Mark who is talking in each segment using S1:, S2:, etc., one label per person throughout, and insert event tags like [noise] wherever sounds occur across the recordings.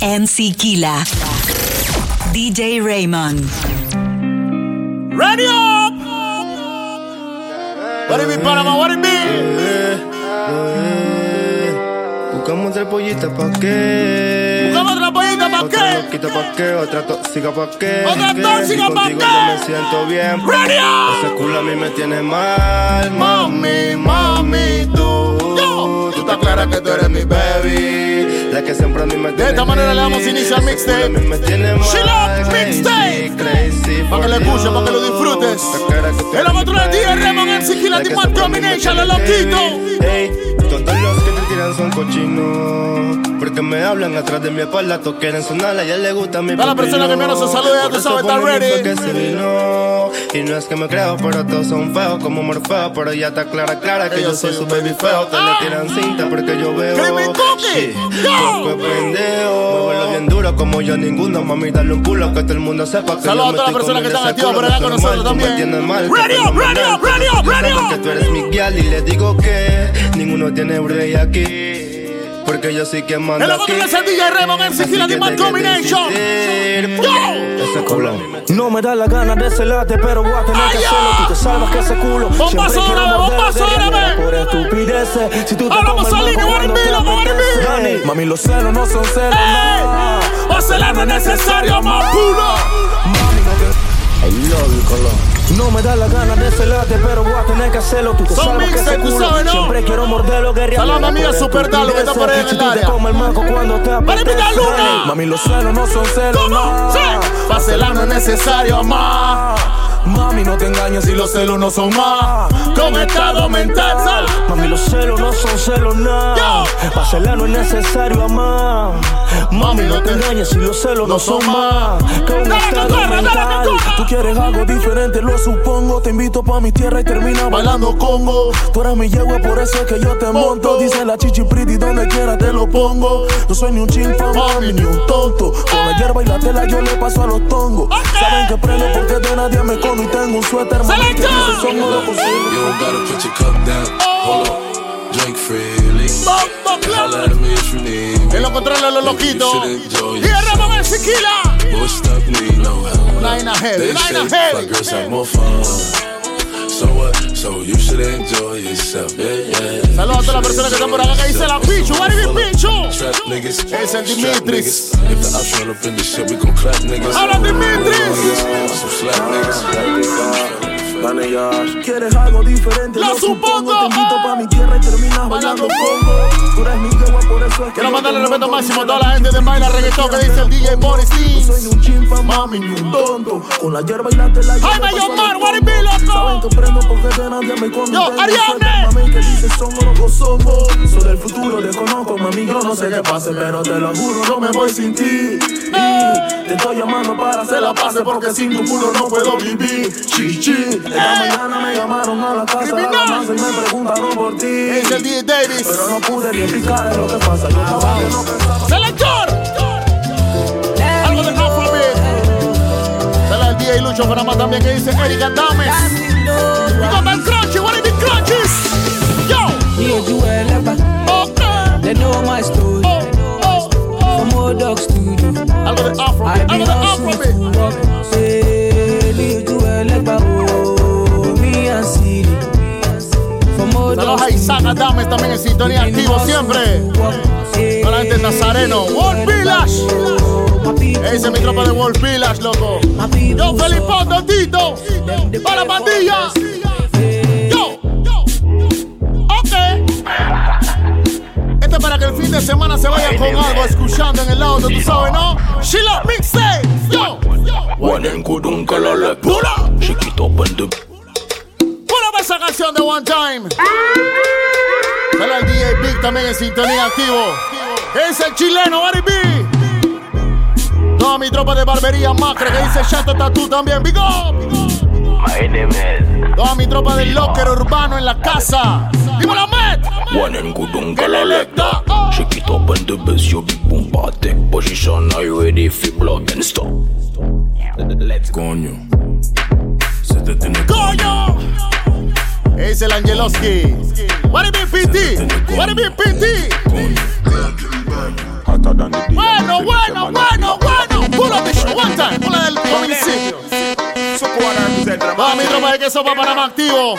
S1: MC Kila. DJ Raymond.
S2: Ready up! What it be, Panama? What it be?
S3: Buscamos otra pollita pa' qué.
S2: Buscamos otra pollita pa'
S3: Otra
S2: qué.
S3: loquita pa' qué, otra tóxica pa' qué.
S2: Otra
S3: ¿Qué?
S2: tóxica
S3: Y
S2: pa'
S3: contigo
S2: qué.
S3: yo me siento bien.
S2: Ready
S3: Ese
S2: up!
S3: culo a mí me tiene mal.
S2: Mami, mami, tú. Yo.
S3: Tú estás clara que tú eres mi baby. La que siempre a mí me tiene
S2: esta manera le damos
S3: heavy.
S2: inicio al
S3: Ese
S2: mixtape.
S3: culo a mí me tiene mal.
S2: She love
S3: Crazy,
S2: mixtape.
S3: crazy
S2: Pa' que
S3: for
S2: lo escuches,
S3: you.
S2: pa' que lo disfrutes.
S3: Estás clara que tú
S2: El
S3: eres mi
S2: otro del día,
S3: baby.
S2: Raymond, MC Killa,
S3: La que
S2: Team Up
S3: siempre a mí me
S2: Domination,
S3: tiene
S2: lo loquito.
S3: heavy. Ey, todos los que te tiran son cochinos. Porque me hablan atrás de mi espalda, todos quieren sonarla, ya le gusta mi
S2: A la
S3: papelón.
S2: persona que menos se saluda, ya
S3: Por
S2: tú
S3: eso
S2: sabes, está
S3: ponen
S2: ready.
S3: mi toque se vino. Y no es que me creo, pero todos son feos como Morfeo. Pero ya está clara, clara que yo soy su baby feo. Te le tiran cinta porque yo veo.
S2: Creamy cookie.
S3: Shit,
S2: Yo.
S3: poco es pendejo. Muévelo bien duro como yo ninguno. Mami, dale un pulo que todo el mundo sepa que
S2: Saludos
S3: yo
S2: a
S3: me
S2: todas las
S3: estoy
S2: personas que
S3: comiendo
S2: están
S3: ese
S2: activas por
S3: culo,
S2: acá
S3: tú
S2: con
S3: eres mal,
S2: nosotros
S3: tú me
S2: también.
S3: tienes mal,
S2: Ready
S3: te
S2: up,
S3: tengo
S2: ready
S3: mal,
S2: up, ready up,
S3: yo
S2: ready
S3: sé
S2: up.
S3: que tú eres mi guial y le digo que ninguno tiene break aquí. Porque yo sí que mando
S2: El otro
S3: aquí.
S2: del día, DJ Raymond, MC
S3: Así
S2: Killa,
S3: que
S2: Team Up
S3: dejen de
S2: Domination.
S3: insistir,
S2: Yo.
S3: Ese culo.
S4: No me da la gana de celarte, pero voy a tener que
S2: ¡Ay, ya!
S4: hacerlo. Tú te salvas que ese culo.
S2: ¡Bombazo
S4: siempre quiero
S2: árabe,
S4: morder,
S2: bombazo
S4: derribar
S2: árabe!
S4: Por estupideces. Si tú te
S2: Ahora
S4: comes el
S2: vamos a
S4: mango
S2: línea,
S4: cuando
S2: Barbie,
S4: te
S2: la Barbie.
S4: apetece.
S2: Dani.
S4: Mami, los celos no son celos. no.
S2: ¡Ey! O se la no es necesario, más puro.
S4: No me da la gana de celarte, pero voy a tener que hacerlo. Tú te
S2: Son
S4: salvas que
S2: mixes,
S4: ese
S2: tú
S4: culo.
S2: sabes, ¿no?
S4: Siempre quiero morderlo, guerrear.
S2: Saludos a mi amiga Super Dalo, que está por ahí en
S4: Si
S2: el
S4: tú te
S2: área.
S4: comes el mango cuando te apetece.
S2: invitar a Luna.
S4: Dani. Mami, los celos no son celos.
S2: ¿Cómo?
S4: no.
S2: Sí. Pa' celar no es necesario más.
S4: Mami, no te engañes si
S2: Y los celos no son más. Con estado mental, sal.
S4: Mami, los celos no son celos, nada.
S2: Yo.
S4: Pa' celar no es necesario amar. Mami, no te engañes si los celos no son más. Que un
S2: Dale que
S4: estado
S2: corra, dale que
S4: mental.
S2: corra.
S4: Tú quieres algo diferente, lo supongo. Te invito pa' mi tierra y termina
S2: Bailando congo.
S4: Tú eres mi yegua, por eso es que yo te monto. Dice la chichi pretty, donde quiera te lo pongo. No soy ni un chimpón, mami, ni un tonto. Con la hierba y la tela yo le paso a los tongos. Saben que prendo porque de nadie me cono y tengo un suéter, mami, que
S2: Selector.
S4: dice son modo posible.
S5: You don't gotta put your cup down. Hold up, drink freely.
S2: Bombo,
S5: Holla
S2: claro.
S5: at me if you need me.
S2: En los controles, los loquitos.
S5: You should enjoy
S2: Y el Raymond, MC Killa.
S5: Boy, stop need no help.
S2: Line ahead,
S5: They
S2: line
S5: say
S2: ahead.
S5: black girls have more fun. So what? So you should enjoy yourself. Yeah, yeah.
S2: Saludos a todas las
S5: You should
S2: personas que están por
S5: enjoy
S2: acá, que dice la
S5: yourself.
S2: pichu, what it be, pichu?
S5: Trap niggas,
S2: Ese es
S5: strap
S2: Dimitris.
S5: niggas. If the ops run up in this shit, we gon' clap niggas.
S2: Ahora Dimitris.
S5: Some slap niggas.
S4: Quieres algo diferente,
S2: Lo supongo.
S4: Te invito pa' mi tierra y terminas bailando congo. Tú eres mi yegua, por eso es que
S2: Quiero
S4: yo
S2: mandarle
S4: te
S2: respeto
S4: monto.
S2: máximo a toda la gente de Maila Reggaetón que dice el DJ Boris
S4: No soy
S2: Deans.
S4: ni un chimpa, mami, ni un tonto. Con la hierba y la tela yo
S2: Ay,
S4: le paso a
S2: Mayor
S4: los
S2: Mar, what
S4: tongos.
S2: it be,
S4: Saben
S2: loco.
S4: que prendo porque de nadie me cono y
S2: Yo,
S4: tengo un
S2: Ariane.
S4: suéter, Mami, que dice son o no somos. Soy del futuro, desconozco, mami, yo no sé qué pase, pero te lo juro, no me voy sin ti. Y te estoy llamando para hacer la pase porque sin tu culo no puedo vivir. Chichi, esta mañana me llamaron a la casa, a la
S2: Eh. Criminal.
S4: masa y me preguntaron por ti.
S2: Es el DJ Davis.
S4: Pero no pude ni explicar lo que pasa, yo estaba que no
S2: ¡Selector! Algo de Afrobeat. Sale el DJ Lucho Panamá también que dice Erika Dames. Y con el Crunchy, what it be, Crunchies? Yo!
S6: Me and you were lover,
S2: Ok.
S6: they know my story.
S2: Oh, oh, oh.
S6: From old dog studio,
S2: Algo de
S6: I
S2: Afrobeat,
S6: be
S2: algo de
S6: hustling
S2: Afrobeat.
S6: to rock. Say, me and you were lover, oh, me and Siri. From old dog
S2: Saludos a Isaac
S6: studio,
S2: Adames también en sintonía
S6: they
S2: activo
S6: know
S2: siempre.
S6: hustle to rock. Say,
S2: Para la gente de Nazareno, World Village.
S6: my people,
S2: Ese es mi tropa de World Village, loco.
S6: my people,
S2: Yo, Felipón, Totito. Para la pandilla. Yo, yo, ok. Este es para que el fin de semana se vayan con algo escuchando en el auto, tú sabes, ¿no? She love mixtape. Yo, yo.
S5: Wanen kudun kalale
S2: Pula.
S5: Chiquito pendejo
S2: Poneme esa canción de One Time. Para el DJ Big también en sintonía activo. Es el chileno, Ari B. Toda mi tropa de barbería macro que dice Chato Tatu también. Big up. Toda mi tropa del locker urbano en la casa. ¡Dímelo, Met!
S5: Wanen kudun kalale Chiquito pendejo best yo big boom bate Position are you ready fi blood and stop Let's Coño Se te tiene
S2: ¡Coño! Es el Angeloski. What it be, PT? What it be, PT?
S5: coño
S2: Bueno, bueno. bueno, bueno, bueno. Pull up the show one time. Pull del domicilio. Va, mi tropa de queso para Panamá activo.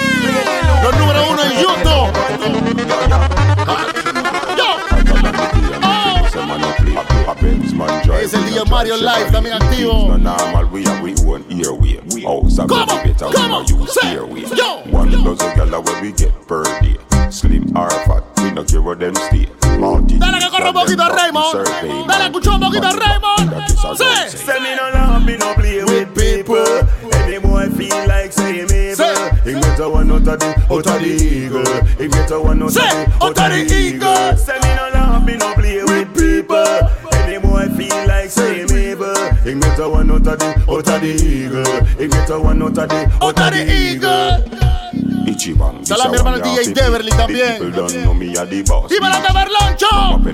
S2: Los número uno en YouTube. Es el DJ Mario Live también activo.
S7: No normal, we are we own airway. Oh, some
S2: Come on,
S7: better, we
S2: come
S7: no
S2: on,
S7: use
S2: say,
S7: airway.
S2: yo,
S7: One
S2: yo.
S7: dozen gala where we get per day. Slim or fat, we no care where them stay. Multi-
S2: Dale que corra un poquito a
S7: Survey,
S2: Raymond. Dale
S7: man.
S2: que escucha un poquito a
S7: That is all
S2: Raymond.
S7: I'm
S2: Sí.
S7: saying.
S6: Say me no love, me no play with people. Any boy feel like say me
S2: Say.
S6: It better one out of the out of the eagle. It better one out of the
S2: Say, out of the eagle.
S6: Say me no love, me no play with people. Any boy feel like say me It better one out of the out of the eagle. It better one out of the out
S2: Otra
S6: of
S2: de
S6: the eagle.
S2: Eagle.
S7: Ichiban,
S2: Salam, mi hermano, DJ Deverly también. Y para de Berloncho.
S8: Qué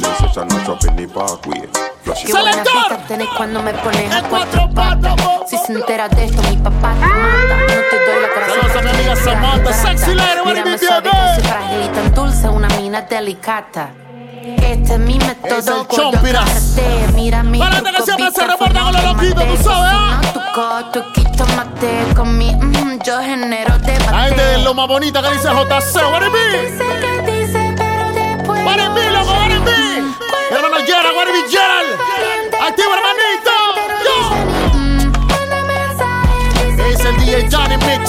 S2: ¡Selector!
S8: buena vista tenés cuando me pones a
S2: En
S8: cuatro
S2: cuatro patas. oh.
S8: Si se entera de esto, mi papá te mata. No te doy la corazón.
S2: Saludos a mi amiga Samantha, sexy lady, what it
S8: Mírame
S2: be,
S8: suave,
S2: baby.
S8: dulce, frágil y tan dulce, una mina delicata. Este es mi método,
S2: Es el
S8: voy a
S2: chompiras.
S8: dejarte. Mira mi
S2: Para la
S8: truco,
S2: que siempre
S8: vista,
S2: se reporta con los
S8: fumando
S2: loquitos, tú
S8: mate,
S2: sabes, ah.
S8: sazonando tu coto, quito mate con mi, mm, yo genero debate.
S2: La gente este de lo más bonita que dice JC. What it be?
S8: Dice que dice, pero después
S2: What it be, loco? What it be? Mi hermano Gerald, what it be, Gerald? Activo, hermanito. Yo.
S8: Mm,
S2: Es el DJ Johnny Mix.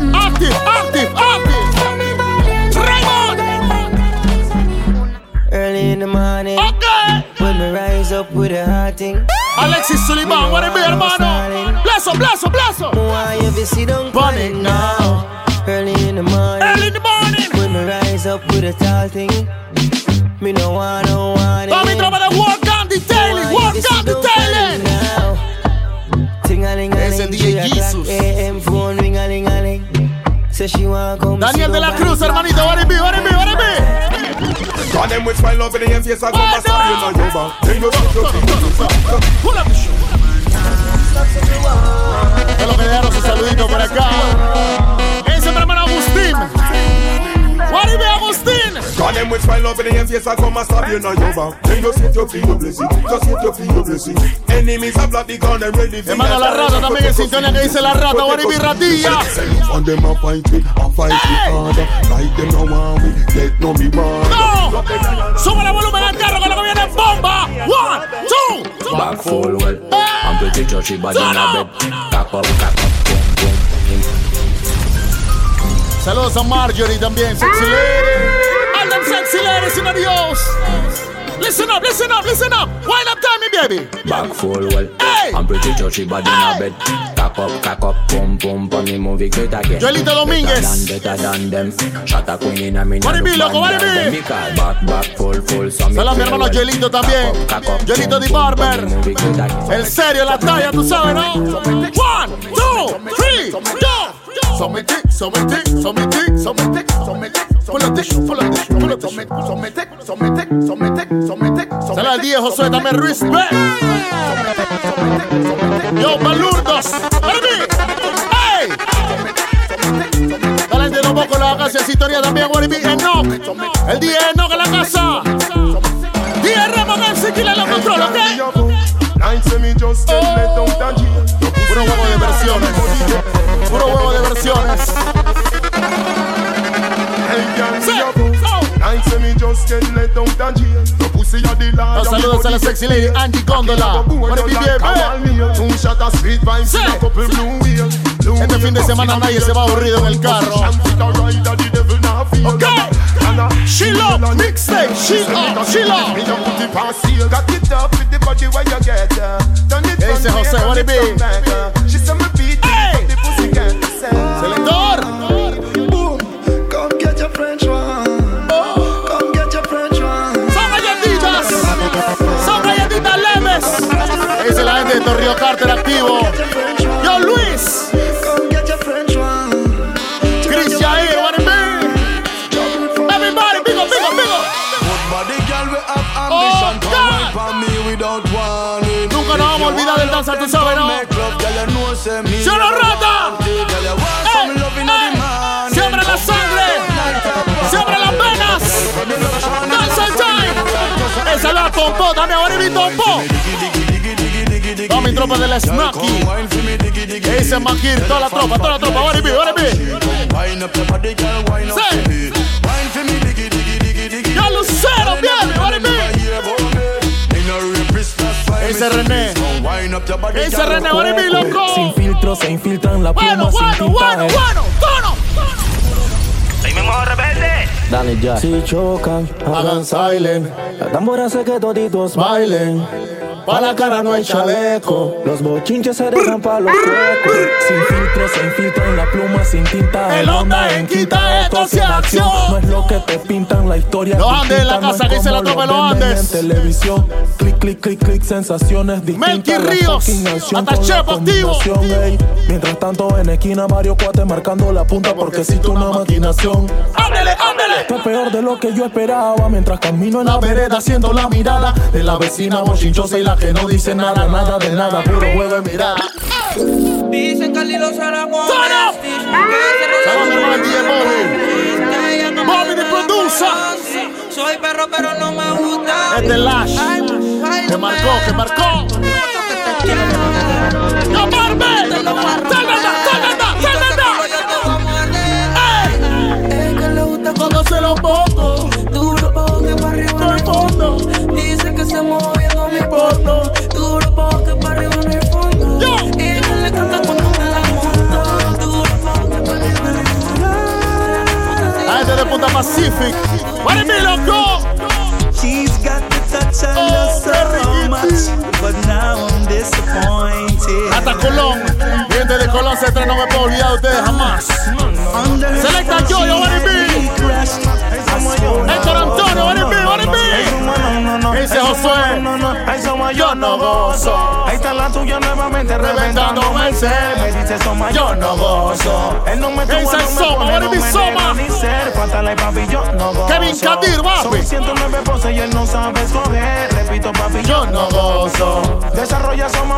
S8: Mm.
S2: Active, active, active. Raymond.
S9: Early in the morning,
S2: Ok.
S9: when me rise up with a hot thing.
S2: Alexis Sullivan, what it be, hermano? Blazo, blazo, blazo.
S9: Why you be sit down
S2: Burn
S9: on
S2: it
S9: it now? Early in the morning,
S2: Early in the morning.
S9: when me rise up with a tall thing. Me no want no one.
S2: Tommy tropa de Work on the Daily, Work on the Daily. Ese
S9: Ese
S2: DJ Jesus. Daniel de la Cruz, hermanito, what it be, what it be, what it be.
S6: Got them with smile over the end, face I go
S2: Bueno.
S6: past you know you want. Then you talk, you think, you
S2: Pull up the show. Es lo que dejaron su saludito por acá. Ese es mi hermano Agustín. What it be, Agustín?
S6: Call them with smile over the end, yes, I come and stab you now, you bow. Then you sit your feet, you blessing. Just sit your feet, you blessing. Enemies have bloody gun and ready for
S2: Hermano, la rata también en sintonía que dice la rata. What it be, ratilla?
S6: And them a fight me, a fight me
S2: Hey!
S6: harder. Like them no want me, they know me wrong.
S2: ¡No! Sube el volumen al carro que lo que viene es bomba. One, two, two.
S10: Back full well. I'm pretty sure she bad in
S2: Solo.
S10: a bed. Cock up, cock up, boom, boom.
S2: Saludos a Marjorie también, sexy lady. All them sexy ladies in the house. Listen up, listen up, listen up. Wind up time, me baby.
S10: Back full well.
S2: Hey!
S10: I'm pretty sure she bad
S2: Hey!
S10: in a bed. Cock up, cock up, boom, boom. For me movie great again.
S2: Joelito Dominguez.
S10: Better than, better than them. Shot a queen in a minute.
S2: What it be, loco? What it be?
S10: Back, back, full, full. So me
S2: Salam, mi
S10: feel
S2: hermano
S10: well.
S2: Joelito
S10: Cock
S2: también.
S10: up, cock up,
S2: Joelito
S10: boom,
S2: the
S10: boom. For me
S2: barber.
S10: movie great again.
S2: El serio, la talla, tú sabes, ¿no? One, two, three, go. Somete, somete, somete, somete, somete. Somete, somete, somete, somete, somete, somete, somete. Saludos al DJ Josué, dame Ruiz, ve. Yo, Balurdos, para mí. ¡Ey! Dale de los bocos la casa, en sintonía también, Waribi, Enoch. El DJ Enoch en la casa. DJ Ramón, MC Kila, lo controla, ¿ok? Oh.
S6: Nine semi just get let down that jail.
S2: Puro huevo de versiones. Puro huevo de versiones.
S6: Hey, girl,
S2: Sí.
S6: me a go.
S2: So.
S6: Nine semi just get let down that jail. Your pussy a the liar,
S2: Los
S6: your
S2: Ah, saludos a
S6: body
S2: la sexy lady Angie Góndola. Wanna be baby.
S6: Two shot of sweet vibes
S2: Sí.
S6: and a couple blue wheels. Blue
S2: Este fin de
S6: wheels,
S2: semana nadie se va aburrido en el carro.
S6: Shall fit a ride that the devil not feel.
S2: Ok.
S6: And a-
S2: She love mixtape. She
S6: Send me
S2: love.
S6: that
S2: She
S6: shit,
S2: love.
S6: me a put it past seal. Got it up with the body where you get, uh. Turn it
S2: Hey,
S6: from
S2: say,
S6: there,
S2: Jose,
S6: turn
S2: what it be?
S6: from back, uh. She said, "Me beat it,
S2: Hey.
S6: but the pussy can't sell."
S2: Selector.
S6: Boom. Come get your French one. Come get your French one.
S2: Son galletitas. Son galletitas leves. Dice la gente de Torrio Carter activo. Yo, Luis.
S6: Come get your French one.
S2: Chris Jair, what it mean? Everybody, pico, pico, pico.
S6: Body girl, we have
S2: Oh,
S6: ambition. Come
S2: God.
S6: wine for me without warning.
S2: Nunca nos vamos a olvidar del danza, tú sabes, ¿no?
S6: Make love, girl, you know say me.
S2: ¡Yo lo rata!
S6: Girl, you want some
S2: ¡Eh!
S6: love in the
S2: ¡Eh!
S6: morning.
S2: ¡Siembra la sangre! ¡Siembra las venas! ¡Danza el time! cabeza la tompo, dame ahora mi tompo. Toda mi tropa del Snacky. Ese Maquir, toda la tropa, toda la tropa, ahora mi, ahora mi. Sí. Ya Lucero, viene, ahora mi. Ese René. Ese René, ahora mi, loco.
S4: Sin filtro se infiltran la pluma
S2: Bueno,
S4: sin
S2: bueno,
S4: tinta.
S2: bueno,
S4: eh.
S2: bueno, tono.
S4: Dale ya. Si chocan,
S2: Hagan silent,
S4: La tambora hace que toditos
S2: bailen. Pa' la cara no hay chaleco.
S4: Los bochinches se dejan pa' los huecos. Sin filtro se infiltran la pluma sin tinta.
S2: El onda en quita, esto sí es acción.
S4: No es lo que te pintan la historia.
S2: Los
S4: que
S2: Andes en la
S4: pintan, no
S2: casa,
S4: es
S2: que dice la
S4: como
S2: tropa
S4: lo
S2: de los
S4: venden
S2: Andes.
S4: En televisión, clic, clic, clic, clic, sensaciones distintas.
S2: Melky
S4: la
S2: Ríos,
S4: fucking acción
S2: hasta
S4: con la
S2: Chepo, activo.
S4: combinación, ey. Mientras tanto, en esquina, varios cuates marcando la punta. Porque existe una maquinación.
S2: Ándele, ándele.
S4: Fue peor de lo que yo esperaba Mientras camino en la vereda haciendo la mirada De la vecina bochinchosa y la que no dice nada Nada de nada, puro juego de mirada
S11: Dicen que Lilo será con
S2: Turn up!
S11: Prestige, que
S2: Saludos, mi hermano, DJ Bobby.
S11: se resiste, ella no
S2: Bobby
S11: me
S2: the producer.
S11: conoce. Soy perro pero no me gusta
S2: Este Lash. Que marcó, que marcó. ¡No parme! ¡Sácala, sácala, sácala! Cuando se lo pongo, no el fondo.
S11: Dice que se movió, no me importa. Duro pa' que para arriba no hay fondo.
S2: Yo.
S11: Ella le canta cuando me la monto. Duro pa' que para arriba no hay fondo.
S2: A este de Punta Pacific. ¡Para mí, loco! Oh,
S10: She's got the touch I love so much, but now I'm disappointed.
S2: Hasta Colón. Gente de Colón se no me puedo olvidar de ustedes jamás.
S10: Under her
S2: Selecta
S10: spell,
S2: Joyo,
S10: she
S2: what it be?
S10: really crushed. I swore
S2: Héctor Antonio, what it be, what it be?
S12: Ese
S2: Ese Josué.
S12: No, no, a eso más yo no gozo. Ahí está la tuya nuevamente reventando
S2: Reventándome el
S12: el ser. Me dice Soma, yo no gozo. Él no me
S2: Ese
S12: tuvo,
S2: es
S12: no me
S2: Soma,
S12: pone,
S2: ahora
S12: no
S2: mi
S12: me
S2: Soma.
S12: nega ni ser. Cuántale, papi, yo no gozo.
S2: Kevin Kadir, papi.
S12: Son 109 poses y él no sabe escoger. Repito, papi,
S2: Yo no gozo.
S12: Desarrolla Soma,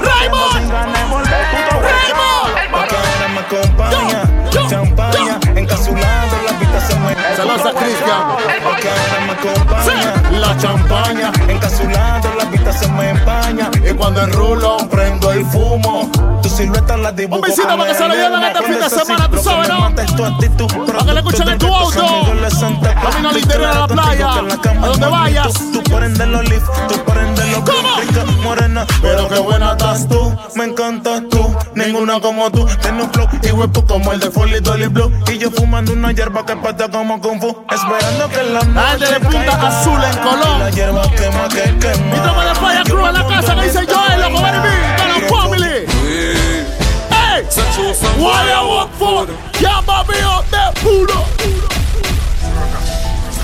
S12: metiendo
S2: Raymond.
S12: sin ganas, volver, puto
S2: ¡Raymond!
S10: Porque ahora me acompaña,
S2: Yo, yo,
S10: champaña, encasulando la pista se mueve.
S2: Saludos a Cristian.
S10: Porque ahora me acompaña,
S2: La champaña.
S10: encasulando la pista se me empaña.
S2: Y cuando enrulo,
S10: Prendo el fumo, tu silueta la dibujo.
S2: Un besito
S10: con
S2: para que se lo
S10: el
S2: lleven
S10: lema.
S2: este fin de
S10: Eso sí,
S2: semana, tú
S10: lo que
S2: sabes,
S10: me
S2: ¿no?
S10: mata es tu actitud,
S2: que le
S10: producto
S2: escuchen en
S10: de
S2: tu
S10: tus
S2: auto.
S10: amigos de Santa Cruz.
S2: Camino al
S10: Tú
S2: interior de la
S10: tratas contigo
S2: playa,
S10: que en la cama
S2: a donde
S10: es bonito.
S2: vayas.
S10: Tú prendes los lift, tú prendes los
S2: ¿Cómo?
S10: blues, rica morena.
S2: Pero qué buena
S10: estás tú, me encantas tú, ninguna como tú. Tengo un flow y huepo como el de Folly Dolly Blue. Y yo fumando una hierba que pata como Kung Fu. Esperando que la
S2: gente
S10: noche
S2: de Punta
S10: caiga.
S2: Azul en Colón.
S10: Y la hierba quema, que quema.
S2: Mi tropa de Falla Cruz en la casa que dice Joel, loco, ven y la family. ¡Ey! Guaya Watford, llama mío de puro.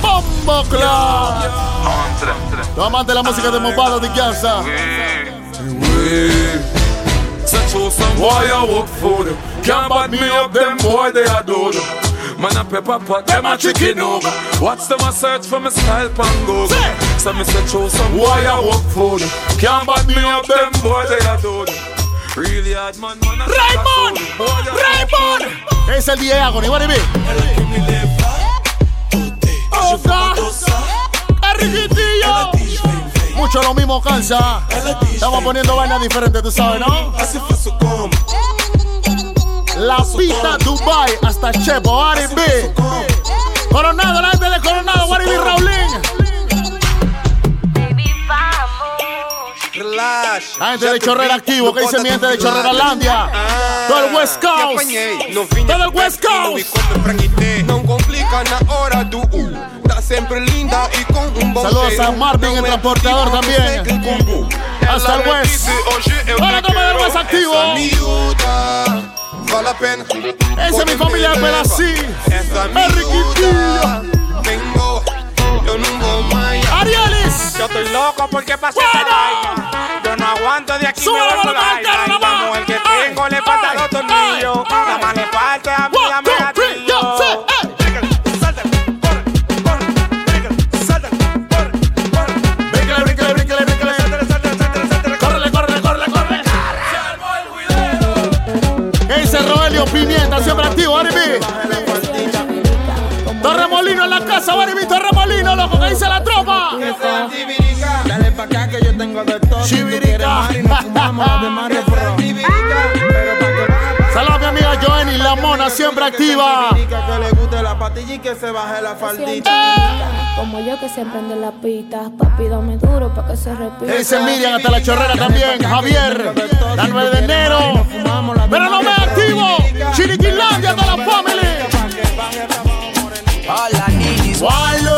S2: Bombo Club. Los amantes de la música de Mobado de Gaza.
S13: Why I work for them? Can't back me up, them boy, they adore them. Man, a pepper pot, them a chicken over. Watch them a search for my style pango.
S2: Say.
S13: So me say, show some why I work for them. Can't back me up, them boy, they adore them. Really hard man, man, I
S2: ¡Raymond!
S13: Boy, I work
S2: ¡Raymond! Es el DJ Agony, what do you mean? ¡Oca! ¡Arriquitillo! Mucho lo mismo cansa. Estamos poniendo vainas diferentes, tú sabes, ¿no? La pista Dubai hasta Chepo, R&B. Coronado, la gente de Coronado, Waribi Raulín.
S6: Relaxa.
S2: ¿eh? La
S6: Já
S2: gente de
S6: te vi,
S2: Chorrera Activo,
S6: não
S2: que dice
S6: bota
S2: mi gente de
S6: tudo lá.
S2: Chorreralandia.
S14: Ah,
S2: Todo el West
S6: Te
S2: Coast.
S6: apanhei, não vinha
S2: Todo el West
S6: divertido e
S2: Coast.
S6: quando fraquitei, Não complica na hora do U. Tá sempre linda e com um bom
S2: Saludos
S6: cheiro.
S2: a Marvin,
S6: Não
S2: el
S6: é
S2: transportador
S6: possível,
S2: también.
S6: consegue um bumbum.
S2: Hasta
S6: Ela
S2: el
S6: me
S2: West.
S6: disse, "Hoje eu te
S2: Olha como é o
S6: quero."
S2: West ativo.
S6: Essa miúda Vale a pena.
S2: Esa es mi
S6: Podem
S2: familia
S6: me
S2: de Pedací.
S6: levar. Essa
S2: Enriquitillo.
S6: miúda. Vengo. Eu não vou mais.
S2: Arielis.
S10: Yo estoy loco porque pasé
S2: Bueno.
S10: esta vaina. Yo no aguanto de aquí,
S2: Sube
S10: me
S2: la
S10: voy por
S2: mano, cara,
S10: la vaina. Y
S2: nomás.
S10: la mujer que
S2: Ay,
S10: tengo le falta
S2: ay,
S10: dos tornillos.
S2: ay, ay.
S10: Nada más le falta a mí,
S2: One,
S10: a
S2: two,
S10: mí,
S2: three, yo, say, hey. Bríncale, bríncale, bríncale, bríncale. Córrele, córrele, córrele, córrele. Ese Roelio Pimienta, siempre activo, Aribi. Torremolino en la casa, Aribi, Torremolino, loco, que dice la tropa.
S15: tengo de todo. Si tú quieres mari, nos fumamos la de
S2: [laughs]
S15: Mario Bros.
S2: Saludos a mi amiga Joenny, la mona siempre activa.
S15: Que le guste la patilla y que se baje la faldita.
S14: Como yo que se prende la pita, papi, dame duro pa' que se repita.
S2: Ese Miriam hasta la chorrera también. Javier, la 9 de enero. Pero no me activo. Chiriquilandia de la family.
S8: Hola, ninis.
S2: Guaylo.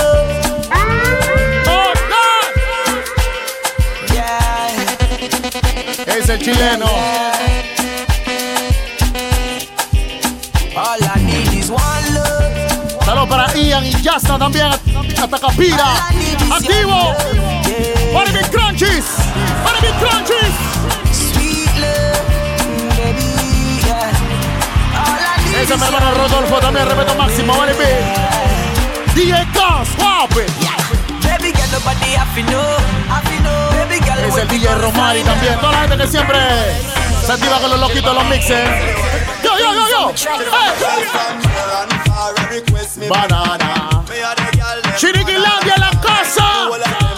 S2: Es el chileno.
S8: Hola, ninis. One love.
S2: Saludos para Ian y Yasta también. Hasta Capira. Activo. Para mis crunchies. Para mis crunchies.
S8: Sweet love. Baby, yeah. All I need
S2: Ese es
S8: is
S2: mi hermano Rodolfo también, respeto máximo, vale bien. DJ Cos, guapo.
S8: Baby, get nobody happy, no. Happy, no. Baby, girl,
S2: Es el
S8: what you
S2: DJ
S8: gonna
S2: Romari
S8: find?
S2: también, toda la gente que siempre se activa con los loquitos, los mixes. Yo, yo, yo, yo. Hey. Banana. Chiriquilandia en la casa.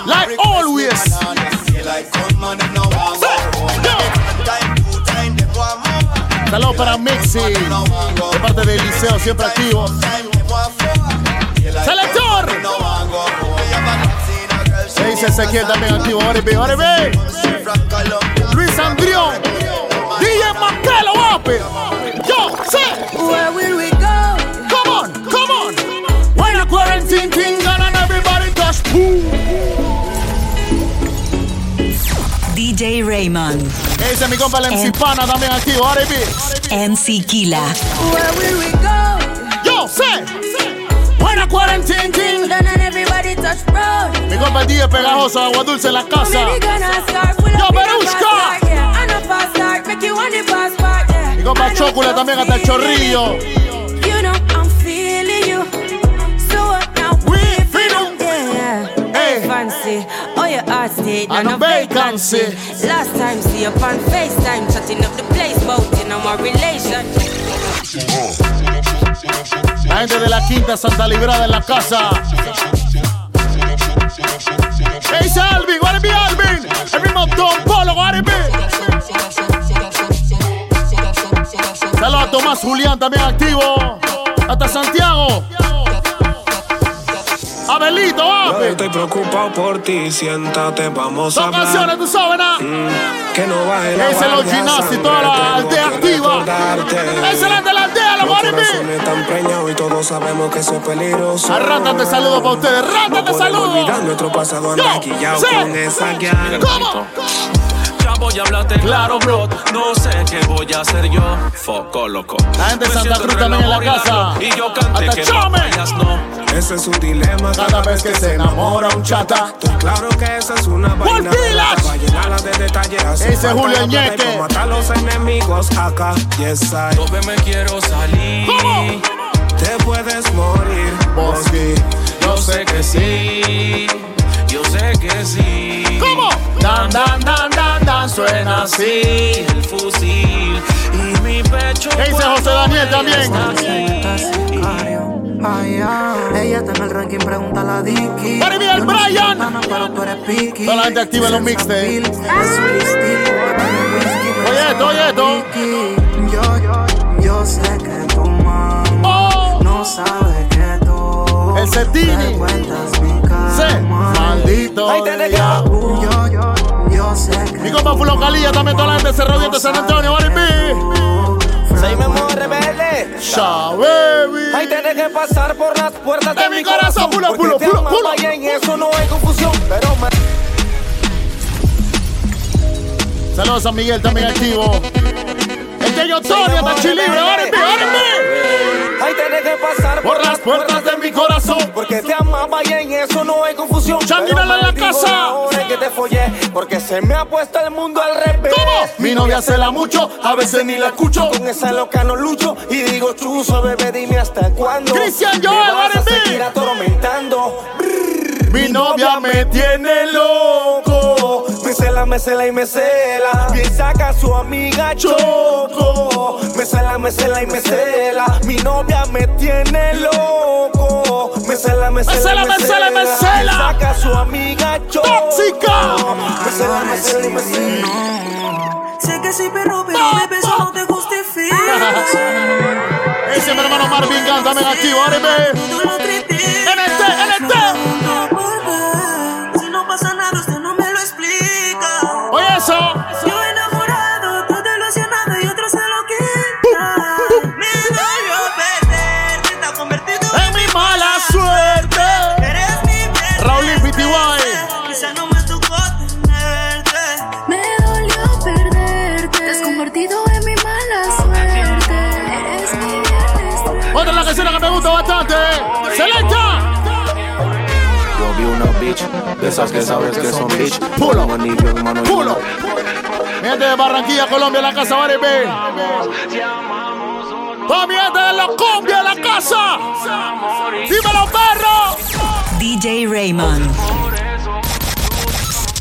S2: Like always. Sí. Yo. Saludos para Mixi. De parte del liceo, siempre activo. Selector. Se dice Ezequiel también activo. Órale, órale. Luis Andrión. DJ Marcelo Wape. Yo sé.
S8: Where will we go?
S2: Come on, come on. When a quarantine thing gone and everybody just boom.
S1: DJ Raymond,
S2: Ese es mi compa el MC Pana también activo. Órale,
S1: MC Kila,
S8: Where will we go?
S2: Yo sé. When a quarantine thing.
S8: Done and everybody touch road.
S2: Mi compa el DJ pegajoso, agua dulce en la casa.
S8: Many gonna start, full
S2: Yo,
S8: up in a
S2: Verushka.
S8: fast car, yeah. And a fast start, make you want the fast part, yeah.
S2: Mi compa
S8: I know
S2: Chocula también hasta el
S8: you're
S2: chorrillo.
S8: You know I'm feeling you. So what now? We feel yeah. Hey. Fancy, all your heart stayed
S2: And
S8: and
S2: no
S8: no
S2: vacancy.
S8: vacancy. Last time see you on FaceTime, chatting up the place, bout in our relation.
S2: La gente de la quinta Santa Librada en la casa. Ese Alvin, what it be Alvin? El mismo Don Polo, what it be? Saludos a Tomás Julián también activo. Hasta Santiago. Abelito,
S16: Yo
S2: papi.
S16: estoy preocupado por ti, siéntate, vamos a
S2: Son
S16: hablar.
S2: canciones, tú sabes, ¿no?
S16: Que no baje la
S2: Ese es los
S16: guardia,
S2: gimnasios,
S16: sangre,
S2: toda la
S16: tengo
S2: aldea
S16: que
S2: activa.
S16: recordarte.
S2: Ese es la de la aldea, los
S16: Los
S2: what it be?
S16: corazones están preñados y todos sabemos que eso es peligroso.
S2: A Rata te saludo para ustedes. Rata te saludo.
S16: Olvidar nuestro pasado
S2: Yo,
S16: anaquillado
S2: sé.
S16: con esa guía.
S2: ¿Cómo?
S4: Ya voy a hablarte claro, bro. No sé qué voy a hacer yo. Foco loco.
S2: La gente de Santa Cruz también en la casa.
S4: Y yo cante
S2: Hasta
S4: que
S2: Chome.
S4: batallas no.
S16: Ese es un dilema cada vez que se enamora un chata. Claro que esa es una vaina.
S2: Village!
S16: Para llenarla de detalles. hace
S2: Ese
S16: falta
S2: Julio
S16: la plata y
S2: Ñeque.
S16: pa' matar los enemigos acá. Yes, I.
S4: Yo me quiero salir.
S16: Te puedes morir. Bosque.
S4: Yo sé que sí. Yo sé que sí.
S2: ¿Cómo?
S4: Dan, dan, dan, dan, dan. Suena así el fusil. Y mi pecho.
S2: ¿Qué dice José Daniel también?
S6: Ella está en el ranking, pregunta la Dicky.
S2: Para mí, el
S6: Yo no soy
S2: Brian.
S6: pana, Pero tú eres piqui.
S2: Toda la gente activa en los mixtapes. Oye, esto, oye, esto.
S6: Yo, yo, yo sé que tu mamá no sabe que tú
S2: Oh. El Cetini.
S6: cuentas mi
S2: Sí. Maldito. diablo.
S6: Uh, Yo, yo, yo sé que
S2: Mi compa Fulón Calilla también toda la gente de Cerro Diente, San Antonio, what it be?
S10: Soy Memo Rebelde.
S2: Sha, baby.
S10: Ahí tenés que pasar por las puertas de,
S2: De mi corazón, pulo,
S10: porque
S2: pulo,
S10: te
S2: pulo,
S10: amaba
S2: pulo.
S10: y en eso no hay confusión. Pero me
S2: Saludos a San Miguel también activo. El de Yotoria está chilibre, what it be, what it
S10: Ahí tenés que pasar
S2: Por las puertas de mi corazón.
S10: Porque te amaba y en eso no hay confusión.
S2: Changuinola
S10: Pero
S2: en la
S10: maldigo
S2: casa.
S10: Ahora que te follé, porque se me ha puesto el mundo al revés.
S2: be. Mi novia se la mucho, a veces ni la escucho.
S10: Con esa loca no lucho y digo chuzo, bebé, dime hasta cuándo.
S2: Cristian
S10: me
S2: Joel,
S10: vas a
S2: R&B.
S10: seguir atormentando.
S2: Mi novia me tiene loco.
S10: Me se la me cela y me cela. Bien saca a su amiga Choco. Me cela, me cela y me cela. Mi novia me tiene loco. Me cela, me cela, me cela, me cela. Saca a su amiga Choco.
S2: ¡Tóxica!
S10: Me cela, me cela y me cela.
S17: Sé que sí, pero, pero, bebé, eso no te justifica.
S2: [laughs] Ese es mi hermano Marvin Gunn, también activo, ábreme. NT, NT.
S17: Si no pasa nada, usted no me lo explica.
S2: Oye, eso.
S17: Yo enamorado, otro ilusionado y otro se lo quita. Me dolió perder, te está convertido
S2: en mi mala suerte.
S17: Eres mi verde.
S2: Raúl y PTY.
S17: Quizá no me tocó tenerte. Me dolió perderte. Te has convertido en mi mala suerte. Eres mi viernes.
S2: Otra es la canción que me gusta bastante. ¡Selecta!
S16: Yo vi una bitch, de esas que sabes que son bitch. Pulo, manillo, hermano.
S2: Pulo. Mi gente de Barranquilla, Colombia, la casa Baribé. Toda mi gente de la cumbia, la casa. Dímelo, perro.
S1: DJ Raymond.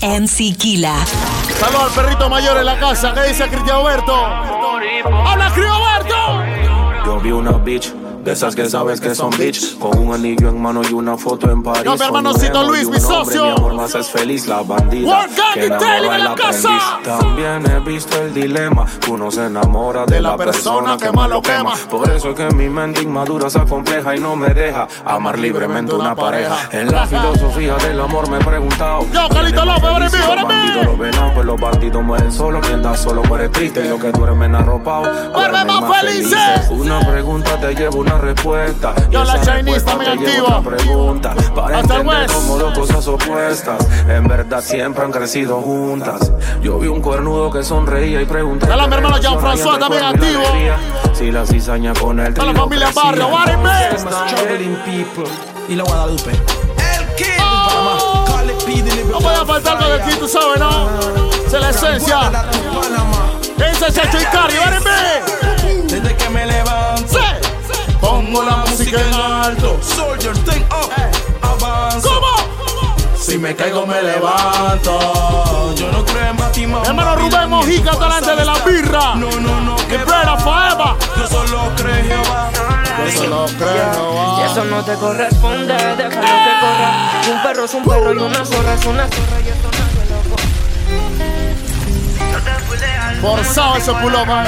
S1: MC Kila.
S2: Saludos al perrito mayor en la casa. ¿Qué dice Cristian Alberto? ¡Habla Crioberto!
S16: Yo vi una bitch, de esas que sabes que son bitch. Con un anillo en mano y una foto en París.
S2: Yo, mi
S16: Con un
S2: hermanocito
S16: emo y
S2: Luis,
S16: un
S2: mi
S16: hombre,
S2: socio.
S16: Mi amor más es feliz, la bandida.
S2: Work on
S16: que
S2: it, Taylor, en la
S16: aprendiz.
S2: casa.
S16: También he visto el dilema. que Uno se enamora de, la persona, que más lo quema. Por eso es que mi mente inmadura se compleja y no me deja amar libremente una pareja. En la filosofía del amor me he preguntado.
S2: Yo, Carlito López, ahora en vivo, ahora en vivo.
S16: Bandido lo venado, pues los bandidos mueren solos. Quien da solo muere triste. Y lo que duermen arropado. duermen
S2: más felices.
S16: Una pregunta te lleva una respuesta. y
S2: Yo, la
S16: esa
S2: Chinese
S16: respuesta
S2: también
S16: te lleva
S2: activa.
S16: Una pregunta. Para
S2: Hasta el
S16: entender
S2: West.
S16: cómo dos cosas opuestas. En verdad siempre han crecido juntas. Yo vi un cuernudo que sonreía y pregunté.
S2: Dale a mi
S16: ¿qué
S2: hermano
S16: relación
S2: Jean-François,
S16: hay entre
S2: también
S16: cuerno y
S2: activo.
S16: alegría? Si la cizaña con el
S2: Toda la
S16: trigo
S2: familia
S16: crecía.
S2: Barrio, Baribé.
S4: Y la Guadalupe.
S2: Oh. No puede faltar lo de aquí, tú sabes, ¿no? Esa es la esencia. Ese es Chacho Icardi, Baribé.
S4: Desde que me levanto,
S2: Sí.
S4: pongo la música en alto. Soldier, ten up, avanzo. Si me caigo, me levanto. Yo no creo en Batman.
S2: Hermano Rubén Mojica, talante de la birra.
S4: No, no, no, que
S2: Espera, Faeva.
S4: Yo solo creo en Jehová.
S2: Solo creo.
S6: Y eso no te corresponde, deja que corra. Un perro es un perro y una zorra es una zorra. Y esto no se lo puedo-
S2: Forzado ese pulo, man.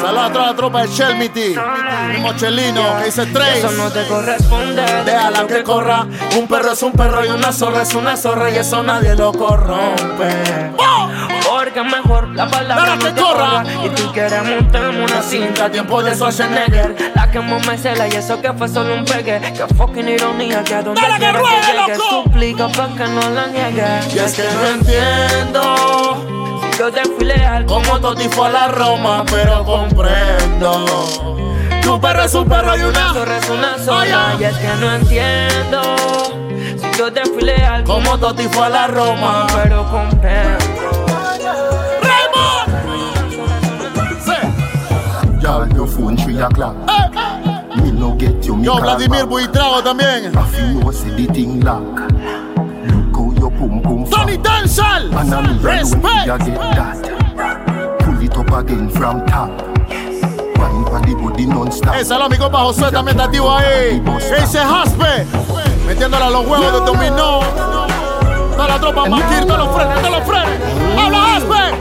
S2: Saludos a toda la tropa de Shelmity. Mi mochelino, que dice tres.
S6: Eso no te corresponde.
S2: Déjala que corra. Un perro es un perro y una zorra es una zorra y eso nadie lo corrompe.
S6: Porque mejor la palabra
S2: Dale, que
S6: no te
S2: corra.
S6: corra. Y tú quieres montarme una cinta, tiempo de Schwarzenegger. La que me cela y eso que fue solo un pegue. Que fucking ironía, que a donde
S2: Dale, que
S6: quiera
S2: ruede,
S6: que llegue,
S2: loco.
S6: suplica pa' que no la niegues.
S2: Y es que no entiendo.
S6: Si yo te fui leal,
S2: Como Toti fue a la Roma, pero comprendo. Que un perro es un perro y una
S6: zorra es una
S2: Ay,
S6: zorra.
S2: ay.
S6: Y es que no entiendo. Si yo te fui leal,
S2: Como Toti fue a la Roma.
S6: pero comprendo.
S7: Y'all, your phone tree o'clock.
S2: eh.
S7: Me no get you, me
S2: Yo,
S7: call
S2: Vladimir
S7: back.
S2: Buitrago también.
S7: If you know, see the thing lock. Look how your pum pum fat.
S2: Tony Danzal.
S7: And a million when
S2: Respect.
S7: you get that. Pull it up again from top. Wine for the body non-stop.
S2: Ey, saludos a mi compa Josué también está activo ahí. Ese Haspe. Metiéndole a los huevos de dominó. Toda la tropa, Maquir, todos los frenes, todos los frenes. ¡Habla Haspe!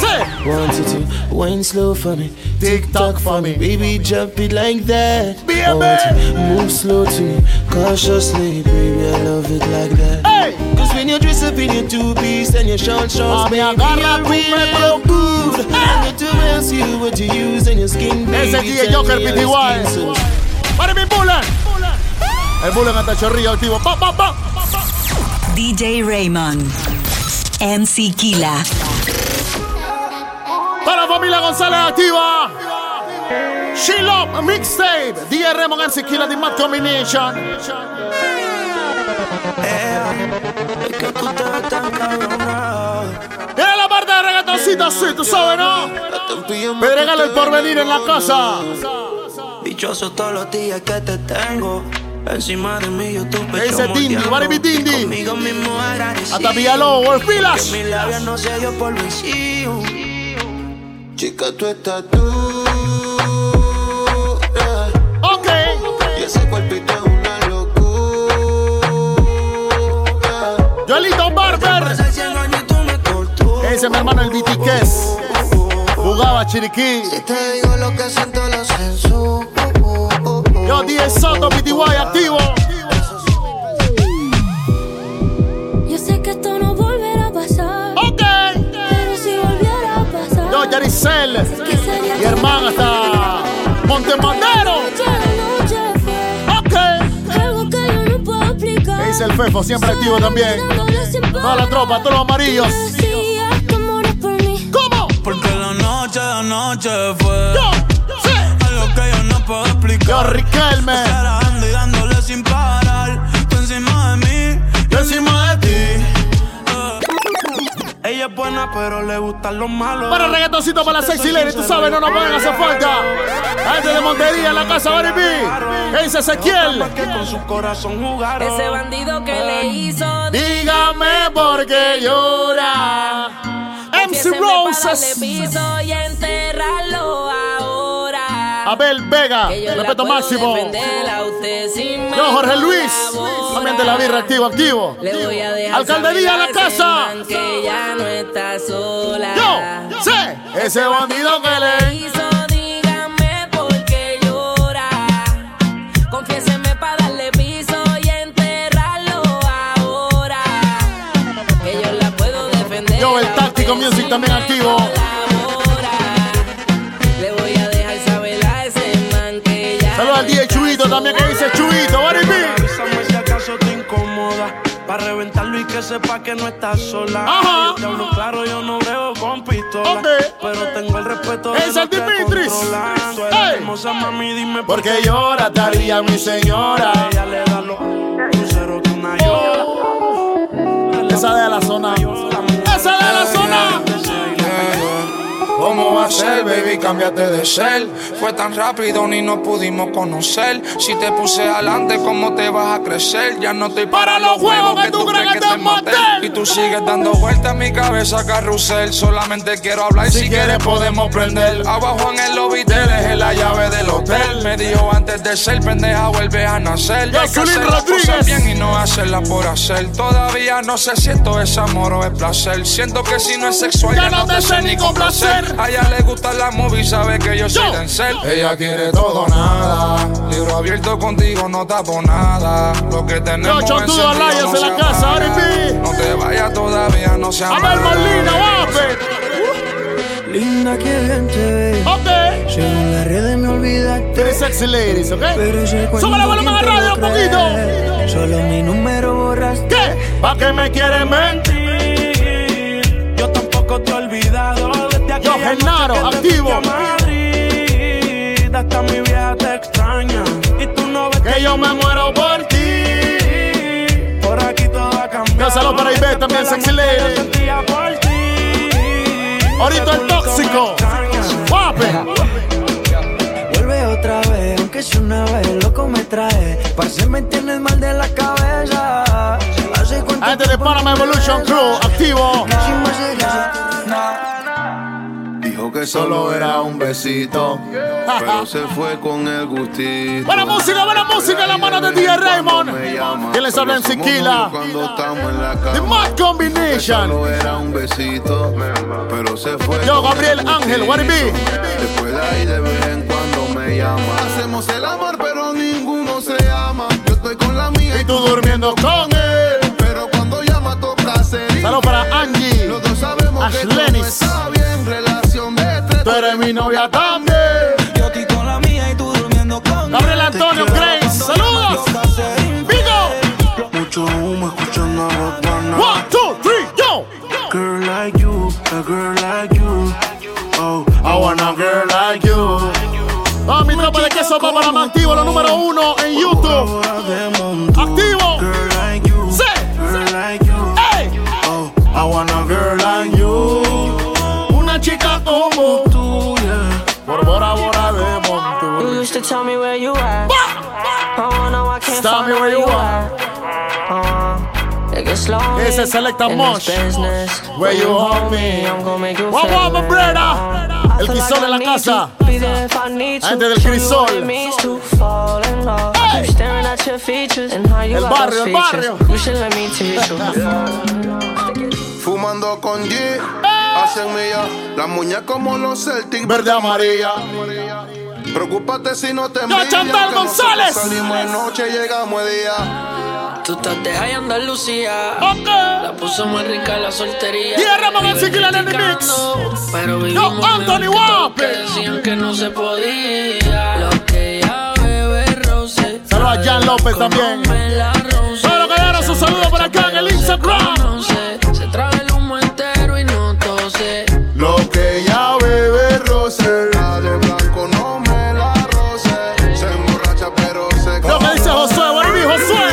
S2: Sí.
S18: One, two, two, wind slow for me.
S2: Tick tock for me.
S18: Baby, jump it like that.
S2: Baby.
S18: I want to move slow to you, cautiously. Baby, I love it like that.
S2: Hey.
S18: Cause when you dress up in your two piece and your short shorts,
S2: Mami,
S18: baby,
S2: agarra
S18: you're
S2: tu
S18: real
S2: pelo.
S18: good. And your two hands, you what you use and your skin, baby.
S2: Ese DJ
S18: tell
S2: Joker
S18: me how
S2: PTY.
S18: your skin so-
S2: ¡Para mi bullet! El bullet hasta chorrillo activo. ¡Pa, pa, pa!
S1: DJ Raymond. MC Kila.
S2: Toda la familia González activa. She Love Mixtape. DJ Raymond MC Killer, The Mad Combination. Mira la parte de reggaetoncito, sí, tú sabes, ¿no? Pedregalo el porvenir en la casa.
S19: Dichoso todos los días que te tengo.
S10: Encima de mí yo tu pecho
S2: Ese Dindi,
S10: moldeando.
S2: vale mi Dindi.
S10: Conmigo mismo agradecido.
S2: Hasta Villalobos, en filas.
S10: Que mi labio no se dio por vencido. Chica, tú estás tú.
S2: Ok.
S10: Y ese cuerpito es una locura.
S2: Joelito Barber. Ese es mi hermano el Vitiquez. Jugaba Chiriquí.
S10: Te digo lo que siento, lo censuro.
S2: Yo, DJ Soto, Pitiguay, activo.
S14: Yo sé que esto no volverá a pasar.
S2: Ok.
S14: Pero si volviera a pasar.
S2: Yo, Yaricel. Mi hermana hasta Montemandero.
S14: Noche de noche fue
S2: Ok.
S14: algo que yo no puedo explicar.
S2: Ese el Fefo, siempre activo también. Toda la tropa, todos los amarillos.
S14: Decías que moras por mí.
S2: ¿Cómo?
S4: Porque la noche, la noche fue
S2: Yo, sí.
S4: algo que yo no puedo
S2: Yo,
S4: explicar.
S2: Riquelme.
S4: Carajando y dándole sin parar. Tú encima de mí, yo encima de ti.
S2: Ah.
S4: Eh. Ella es buena, pero le gustan los malos.
S2: Para el reggaetoncito para las sexy ladies, tú sabes, no nos pueden hacer falta. La gente de Montería en la casa, Barry B. Ese Ezequiel.
S4: Que con su corazón jugaron.
S8: Ese bandido que le hizo.
S2: Dígame por qué llora.
S8: que se
S2: MC
S8: me
S2: Roses.
S8: para darle piso y enterrarlo ahora.
S2: Abel Vega.
S8: Que yo
S2: El
S8: la
S2: respeto
S8: puedo
S2: máximo.
S8: defender a usted si me
S2: Yo, Jorge Luis.
S8: colabora.
S2: También de la birra, activo, activo.
S8: Le voy a dejar
S2: Alcaldería
S8: saber
S2: la
S8: a
S2: casa.
S8: ese man Que ya no está sola.
S2: Yo, sí. Ese bandido que le.
S8: Hizo, dígame por qué llora. Confiéseme para darle piso y enterrarlo ahora. Que yo la puedo defender.
S2: Yo, el
S8: a
S2: táctico
S8: usted
S2: music
S8: si
S2: también
S8: me
S2: activo.
S8: colabora. Le voy a dejar saber a ese man que ya.
S2: Saludos al DJ Chuito también que dice Chuito, Barry B.
S4: Avísame si acaso te incomoda. Para reventarlo y que sepa que no estás sola.
S2: Ajá.
S4: Yo te hablo claro, yo no veo con pistola.
S2: Ok.
S4: Pero tengo el respeto
S2: Ese
S4: de los
S2: es
S4: que
S2: Dimitris.
S4: controlan. Tú eres
S2: Ey.
S4: hermosa, mami, dime por
S2: Porque
S4: qué
S2: llora, taría mi señora.
S4: Ella le da los cruceros que una llora.
S2: Esa de la zona. Esa de la zona.
S20: ¿Cómo va a ser, baby? Cámbiate de ser. Fue tan rápido ni nos pudimos conocer. Si te puse adelante, ¿cómo te vas a crecer? Ya no estoy para, los juegos que tú crees que te maté. Y tú sigues dando vueltas en mi cabeza, carrusel. Solamente quiero hablar y si, quieres podemos prender. Abajo en el lobby te dejé la llave del hotel. Me dijo antes de ser pendeja, vuelves a nacer.
S2: Yo,
S20: Hay que
S2: Zulín
S20: hacer las cosas
S2: Rodríguez.
S20: bien y no hacerla por hacer. Todavía no sé si esto es amor o es placer. Siento que si no es sexual,
S2: Ya no te sé ni complacer.
S20: A ella le gusta la movie, sabe que yo soy dancer. Ella quiere todo nada. Libro abierto contigo, no tapo nada. Lo que tenemos
S2: Yo, Chontudo
S20: encendido
S2: Alayas en
S20: se
S2: la casa,
S20: apaga.
S2: R&B.
S20: No te vayas todavía, no se
S2: Abel
S20: apaga.
S2: Molina, guape.
S6: Linda que bien te ve.
S2: Ok.
S6: Según las redes me olvidaste.
S2: Tres sexy ladies, ¿ok?
S6: Pero sé cuando
S2: Sube la volumen a
S6: quién te
S2: radio
S6: lo
S2: un
S6: crees.
S2: poquito.
S6: Solo mi número borraste.
S2: ¿Qué? ¿Pa' qué me quieres mentir?
S4: mentir. Yo tampoco te he olvidado desde aquella noche
S2: Genaro,
S4: que te
S2: activo.
S4: fuiste a Madrid. Hasta mi vieja te extraña y tú no ves
S2: Que yo me muero por ti.
S4: que por aquí todo ha cambiado.
S2: Yo saludo para Ivette también,
S4: Desde
S2: sexy
S4: la noche
S2: lady.
S4: yo sentía por ti.
S2: Ahorita
S4: Que
S2: el
S4: tú nunca me
S2: tóxico.
S4: extrañas.
S2: Guape.
S6: Vuelve otra vez, aunque si una vez loco me trae. Parce, me tienes mal de la cabeza. Hace cuánto
S2: Gente de
S6: tiempo
S2: Panama
S6: no me
S2: Evolution Crew,
S6: besas.
S2: activo.
S6: Quisimos llegar.
S21: Dijo que solo era un besito, pero se fue con el gustito.
S2: Buena música, buena música en la mano de DJ Raymond. Que les habla en Siquila.
S21: Cuando estamos en la cama.
S2: The Mad Combination.
S21: Solo era un besito, pero se fue.
S2: Yo,
S21: con
S2: Gabriel
S21: el
S2: Ángel,
S21: gustito.
S2: what it be?
S21: Después de ahí de vez en cuando me llama. Hacemos el amor, pero ninguno se ama. Yo estoy con la mía
S2: Y tú durmiendo con él.
S21: pero cuando llama toca ser.
S2: Saludos para Angie.
S21: Los dos sabemos que todo
S2: Ashlenis.
S21: está bien, relación de tres.
S2: Tú eres mi novia también.
S4: Yo estoy con la mía y tú durmiendo con
S2: Gabriel Antonio Grace. Saludos. Vigo.
S21: Mucho humo escuchando a Bad Bunny.
S2: One, two, three, yo.
S21: Girl like you, a girl like you. Oh,
S2: I want a girl like you. Ah, mi tropa de queso va para Mantivo, lo número uno en YouTube. Activo.
S21: girl like you,
S2: Sí.
S21: girl like you.
S2: Ey.
S21: Oh, I want a girl like you.
S2: Una chica como tú. Por Bora Bora de Montura.
S22: You used to tell me where you at. Oh, I wanna walk in
S2: Stop. This is Selecta Mosh. Where you hold me. Vamos, vamos, Brera. El crisol en la casa. Gente del crisol.
S6: Hey.
S2: El barrio, el barrio.
S21: Fumando con G. Hacen mía. Las muñecas como los Celtic.
S2: Verde amarilla.
S21: Preocúpate si no te
S2: Yo,
S21: envidian,
S2: Chantal
S21: que nosotros
S2: González.
S21: Salimos de noche, llegamos de día.
S6: Tú estás de high Andalucía. La puso muy rica la soltería.
S2: Y Ramón el Siquila en el mix.
S6: Pero
S2: Yo,
S6: vivimos
S2: Anthony
S6: mejor que lo que
S2: Wape.
S6: Decían que no se podía. Lo que ella bebe es rosé.
S2: Saludos a Jan López también. Pero que dieron su saludo por acá en el Instagram.
S6: Se trae el humo entero y no tose.
S21: Lo que ya bebe Rosel, la de blanco no me la roce. Se emborracha pero se
S2: Lo que dice Josué, bueno, mi Josué.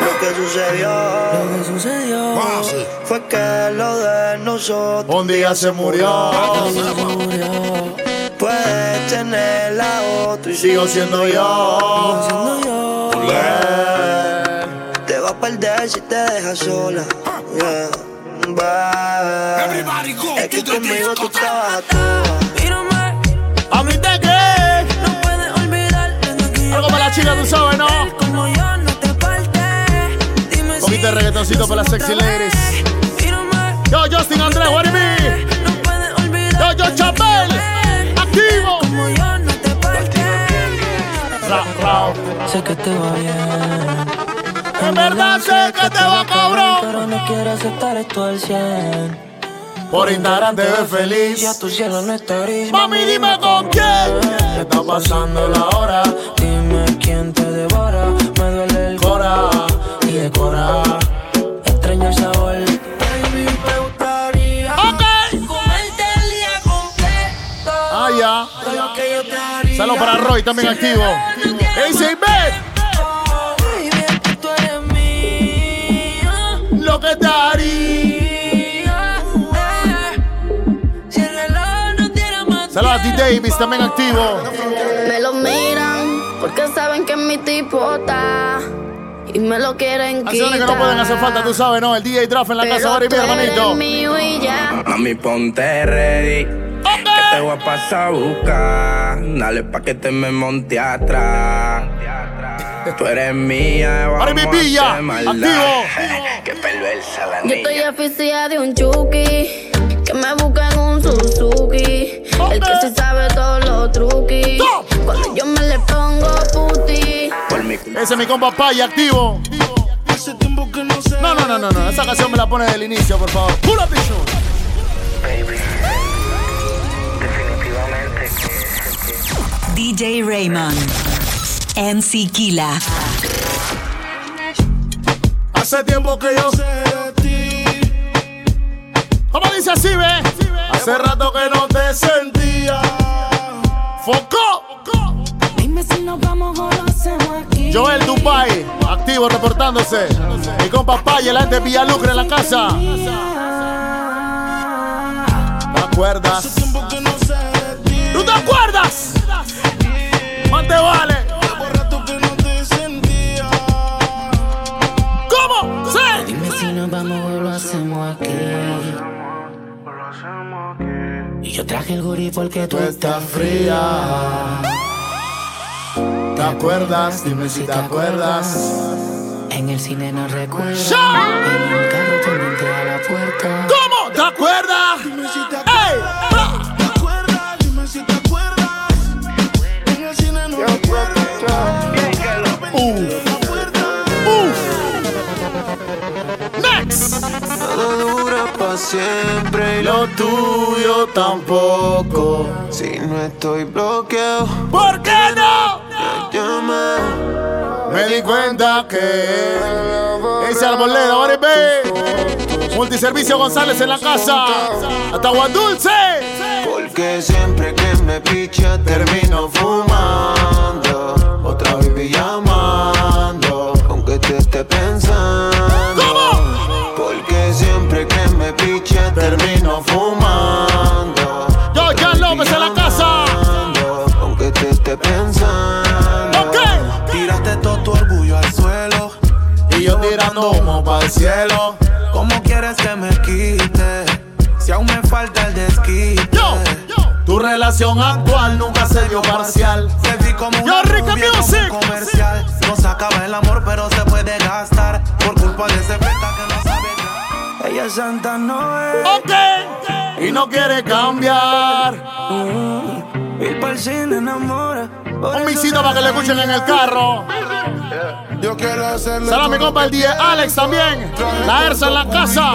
S23: Lo que sucedió, lo que sucedió fue que lo de nosotros
S2: Un día se murió.
S23: puede tener la otra y
S2: Sigo siendo yo.
S23: siendo yo. Te va a perder si te dejas sola. Yeah. Bye. es que conmigo tú estabas a toa.
S2: A mí te que.
S23: No puedes olvidarte de que
S2: Algo para la chica, tú sabes, ¿no?
S23: como yo no te parte. Dime
S2: Un poquito de reggaetoncito para las sexy ladies. Yo, Justin Andrés, what it be? Yo, yo, Chapel. Activo. Ra, ra.
S6: Sé que te va bien.
S2: En verdad sé que te va, cabrón.
S6: Pero no quiero aceptar esto al 100.
S2: Por Instagram te ves
S6: Ya
S2: feliz.
S6: tu cielo no está gris.
S2: Mami, dime con quién.
S6: ¿Qué está pasando la hora? Dime quién te devora. Me duele el
S2: Cora
S6: y decora. Extraño el sabor.
S8: Comerte el día completo.
S2: Ah, ya.
S8: Todo lo que yo te haría.
S2: Salud para Roy, también activo. ACB.
S6: Tú eres mía.
S2: Lo que te haría.
S6: Si el reloj no tiene más.
S2: Saludos a T. Davis, también activo.
S14: Me lo miran porque saben que es mi tipo está y me lo quieren quitar.
S2: Canciones que no pueden hacer falta, tú sabes, ¿no? El DJ Draft en la casa,
S14: Pero
S2: ahora y mi
S14: tú eres
S2: hermanito.
S14: mío y ya.
S24: Mami, ponte ready. Que te voy a pasar a buscar. Dale pa' que te me monte atrás. Tú eres mía,
S2: Ahora mi
S24: vamos a
S2: pilla,
S24: hacer maldad.
S2: activo.
S24: Que perversa la
S14: Yo estoy asfixiada de un chuki que me busca en un Suzuki. El que sí sabe todos los truquis. Cuando yo me le pongo puti.
S2: Ese es mi compa Paya, activo. No, no, no, no, no. Esa canción me la pone del inicio, por favor. Pura pichu.
S1: DJ Raymond. MC Kila.
S2: Hace tiempo que yo sé de ti. ¿Cómo dice así, ve? Hace rato que no te sentía. ¡Foco!
S14: Dime si nos vamos o lo hacemos aquí.
S2: Joel Dubai, activo, reportándose. Mi compa Paya, la gente de Villalucre en la casa. ¿Te acuerdas? ¿Tú te acuerdas? Más te vale. ¿Cómo? ¡Sí!
S6: Dime si nos vamos o lo hacemos aquí. Y yo traje el gurí porque tú estás
S2: fría. ¿Te acuerdas? Dime si te acuerdas.
S6: En el cine no recuerdo.
S2: ¡Ya!
S6: En el carro tú me entré a la puerta.
S2: ¿Cómo? ¿Te acuerdas?
S23: Dime si te
S2: ¡Ey!
S23: acuerdas, dime si te acuerdas. En el cine no recuerdo.
S2: Uh. Next.
S6: Todo dura para siempre.
S2: Lo tuyo tampoco.
S6: Si no estoy bloqueado,
S2: ¿Por qué no?
S6: llama.
S2: Me di cuenta que ese arboleda, ahora ve. Multiservicio González en la casa. Hasta Dulce.
S6: Porque siempre que me picha termino fumando. Otra baby llamando. Aunque te esté pensando. Porque siempre que me picha termino fumando.
S2: Yo, Jan López en la casa.
S6: Aunque te esté pensando.
S2: Ok.
S6: Tiraste todo tu orgullo al suelo.
S2: Y yo tirando
S21: volando humo para el cielo.
S4: ¿Cómo quieres que me quite? Si aún me falta el desquite.
S2: Yo,
S21: Tu relación actual nunca se dio parcial.
S4: Te vi como un
S2: Yo, Rica Music.
S4: comercial. No se acaba el amor, pero se puede gastar. Por culpa de ese peta que no sabe.
S21: Ella es santa no es.
S2: Y no quiere cambiar.
S4: Mm.
S21: Y para el cine enamora.
S2: Un misito para que le escuchen en el carro.
S21: Yo quiero hacerle.
S2: Será mi compa el 10, Alex también. La ERSA en la casa.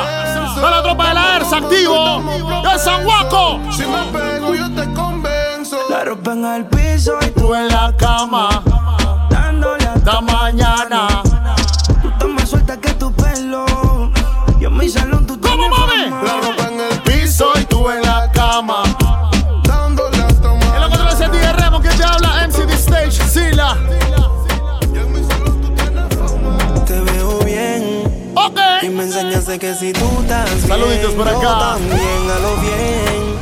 S2: Toda la tropa de la ERSA activo. De San Guaco.
S21: Si me pego, yo te convenzo.
S4: La ropa en el piso y
S2: tú en la cama.
S4: Dándole
S2: hasta mañana.
S4: Tú estás más suelta que tu pelo. Yo en mi salón, tú
S2: ¿Cómo mami?
S21: La ropa en el piso y tú en la cama. Dándole hasta
S2: En
S21: mañana.
S2: los controles el DJ Remo, ¿quién te habla? MC The Stage, Sila.
S4: Te veo bien
S2: Ok.
S4: y me enseñaste que si tú estás bien,
S2: Saluditos por
S4: yo
S2: acá.
S4: también a lo bien.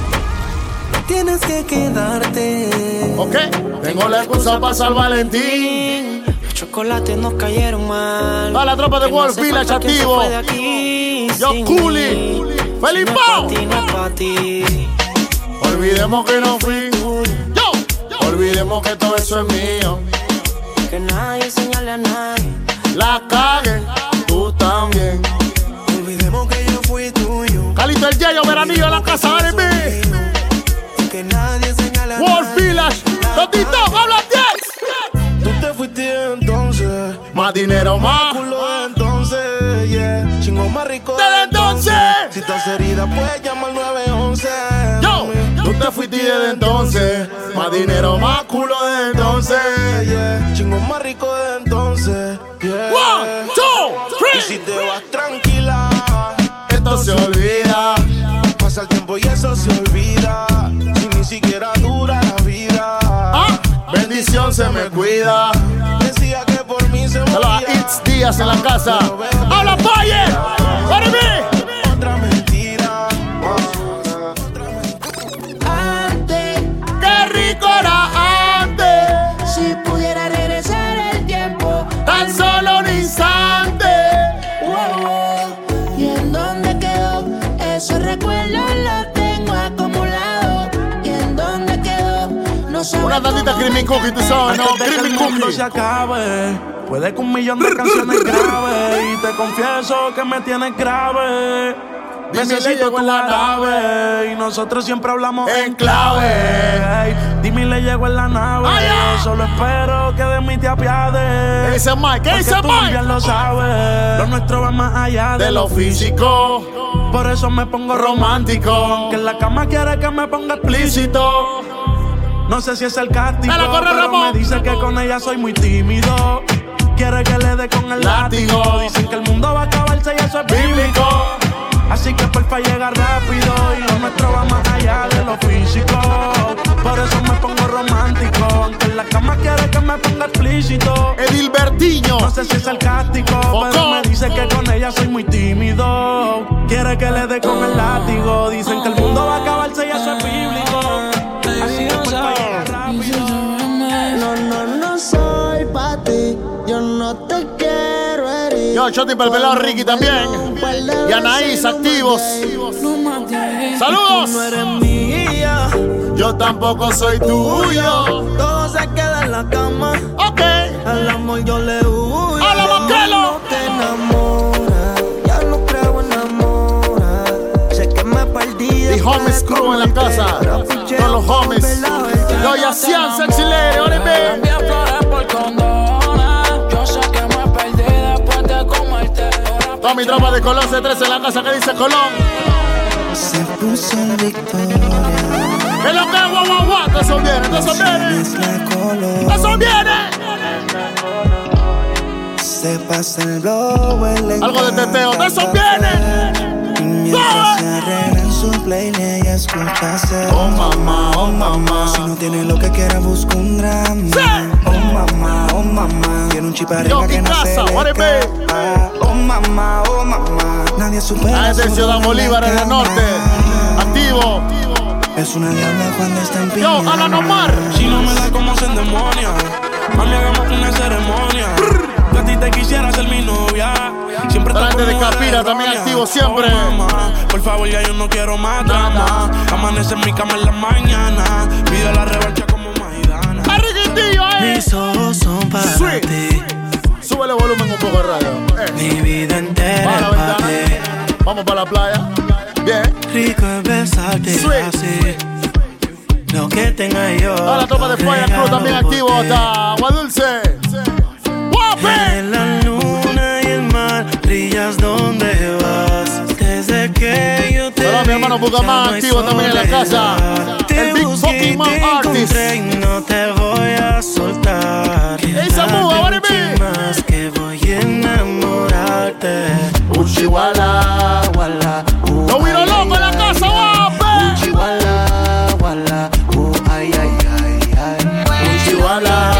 S4: Tienes que quedarte.
S2: Ok. Tengo la excusa para San Valentín.
S4: Los chocolates nos cayeron mal.
S2: Toda la tropa de
S4: Que no
S2: World
S4: se
S2: Village
S4: falta quien se
S2: activo.
S4: fue de aquí
S2: Yo,
S4: sin
S2: Culi.
S4: mí.
S2: Feliz
S4: No es
S2: Pau.
S4: pa' ti, no es pa' ti.
S2: Olvidemos que no fui. Yo. Olvidemos que todo eso es mío.
S4: Que nadie señale a nadie.
S2: La cagué. Tú también.
S4: Olvidemos que yo fui tuyo.
S2: Calito el Yeyo, veranillo en la casa, RB.
S4: Que nadie señale a
S2: World
S4: nadie.
S2: Village. Totito, habla 10.
S21: Tú te fuiste entonces.
S2: Más dinero, más.
S21: Culo entonces, yeah. Chingo más rico.
S2: Desde entonces.
S21: Si estás herida,
S2: pues,
S21: puedes llamar al 911.
S2: Yo. Tú te fuiste desde entonces. Más dinero, más culo desde entonces.
S21: Yeah. Chingo más rico de entonces. Yeah.
S2: One, two,
S21: Y
S2: three.
S21: si te vas tranquila,
S2: Esto se olvida.
S21: pasa el tiempo y eso se olvida. Si ni siquiera dura la vida.
S2: Ah, bendición se me cuida.
S21: Decía que por mí se
S2: Hello,
S21: moría.
S2: It's Díaz en la casa. ¡Habla Valle! ¡Para mí!
S21: Otra mentira.
S5: Antes,
S2: ¡Qué rico era antes!
S5: si pudiera regresar el tiempo,
S2: ¡Tan solo un instante!
S5: wow, ¿y en dónde quedó? Esos recuerdos los tengo acumulados. ¿Y en dónde quedó? No sabes
S2: Una tantita
S5: cómo
S2: creamy
S5: me
S2: cookie, tú sabes, ¿no?
S4: Antes de que
S2: Creamy
S4: el mundo se
S2: cookie.
S4: acabe. Puede que un millón de canciones graves. Y te confieso que me tienes grave.
S2: Dime,
S4: Necesito
S2: llegó
S4: tu
S2: en la
S4: nave. Y nosotros siempre hablamos
S2: En clave.
S4: Ey, Dime, le llego en la nave.
S2: Ay, ay.
S4: Solo espero que de mí te
S2: ¿Qué
S4: apiades.
S2: dice Mike? ¿Qué
S4: Porque
S2: dice
S4: tú bien
S2: Mike?
S4: lo sabes. Lo nuestro va más allá de,
S2: De lo físico,
S4: Por eso me pongo romántico.
S2: romántico,
S4: Que en la cama quiere que me ponga explícito.
S2: explícito.
S4: No sé si es sarcástico,
S2: ¡Me la corre,
S4: pero
S2: Ramón!
S4: me dice que con ella soy muy tímido. Quiere que le dé con el
S2: Látigo.
S4: látigo. Dicen que el mundo va a acabarse y eso es bíblico.
S2: Bíblico,
S4: Así que porfa llega rápido y lo nuestro va más allá de lo físico. Por eso me pongo romántico, aunque en la cama quiere que me ponga explícito.
S2: Edilbertiño.
S4: No sé si es sarcástico, pero
S2: Focón.
S4: me dice que con ella soy muy tímido. Quiere que le dé con el látigo. Dicen que el mundo va a acabarse y eso es bíblico. Así que porfa llega rápido.
S5: No, no, no soy pa' ti. Yo no te quiero herir.
S2: Yo, Choti, para el pelado Ricky también. Y Anaís, activos. ¡Saludos!
S4: mía.
S2: Yo tampoco soy tuyo.
S4: Todo se queda en la cama.
S2: Ok.
S4: Al amor yo le huyo.
S2: ¡Hala, Marcelo!
S4: No te enamora. Ya no creo en amor. Sé que me perdí.
S2: Y homies crew en la casa. Todos los homies. Yo, Yacian, sexy lady, óreme.
S6: Cambié flores por condones. Yo sé que me perdí después de comerte. Ahora
S2: Toda mi tropa de Colón C3 en la casa que dice Colón.
S4: Se puso en victoria.
S2: Es lo que es, guau, guau, guau. Eso viene, eso viene.
S4: la color.
S2: Eso viene.
S4: Se pasa el blow.
S2: Algo de teteo. De eso viene.
S4: Mientras se arreglan su playlist y escuchase
S2: Oh, mamá, oh, mamá.
S4: Si no tiene lo que quiera, busca un drama
S2: Sí.
S4: Oh mamá, oh mamá Tiene un
S2: Yo,
S4: chiparrita que no se
S2: Picasa, what
S4: le
S2: it be?
S4: escapa. Oh mamá, oh mamá Nadie supera
S2: Ah, es de
S4: su
S2: Ciudad
S4: dama
S2: Bolívar en el
S4: cama.
S2: norte. Activo.
S4: Es una diabla cuando está en
S2: Yo, Alan Omar.
S4: Si no me da como se endemonia Mami, hagamos una ceremonia Yo a ti ti te quisiera ser mi novia. Siempre
S2: Grande de Capira, también activo siempre.
S4: Oh, Por favor, ya yo no quiero más drama. Amanece en mi cama en la mañana. Pido la revancha como Maidana.
S2: Mis
S25: ojos son para ti.
S2: Súbele volumen un poco de radio. Eh.
S25: Mi vida entera
S2: Baja la
S25: es para
S2: ventana.
S25: ti.
S2: Vamos para la playa. Bien.
S25: Rico es besarte así. Lo que tenga yo.
S2: Toda la tropa de
S25: lo
S2: Fire Crew
S25: regalo
S2: también
S25: por
S2: activo
S25: ti.
S2: hasta Agua Dulce.
S25: En la luna y el mar, brillas donde vas. Desde que yo te.
S2: Hola, mi hermano
S25: ya
S2: Bugamá,
S25: no hay
S2: activo también en la
S25: soledad.
S2: casa.
S25: Te
S2: El Big
S25: busqué y
S2: Fucking Man
S25: te
S2: Artist.
S25: encontré y no te voy a soltar.
S2: Esa
S25: Quédate
S2: muga, vale,
S25: mucho
S2: mi.
S25: más que voy a enamorarte.
S2: Uchiwala,
S25: wala,
S2: Lo viro loco en la casa, guape.
S25: Uchiwala, wala, uh, ay, ay, ay, ay.
S2: Uchiwala,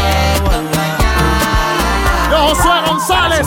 S2: ah, Yo, Josué González,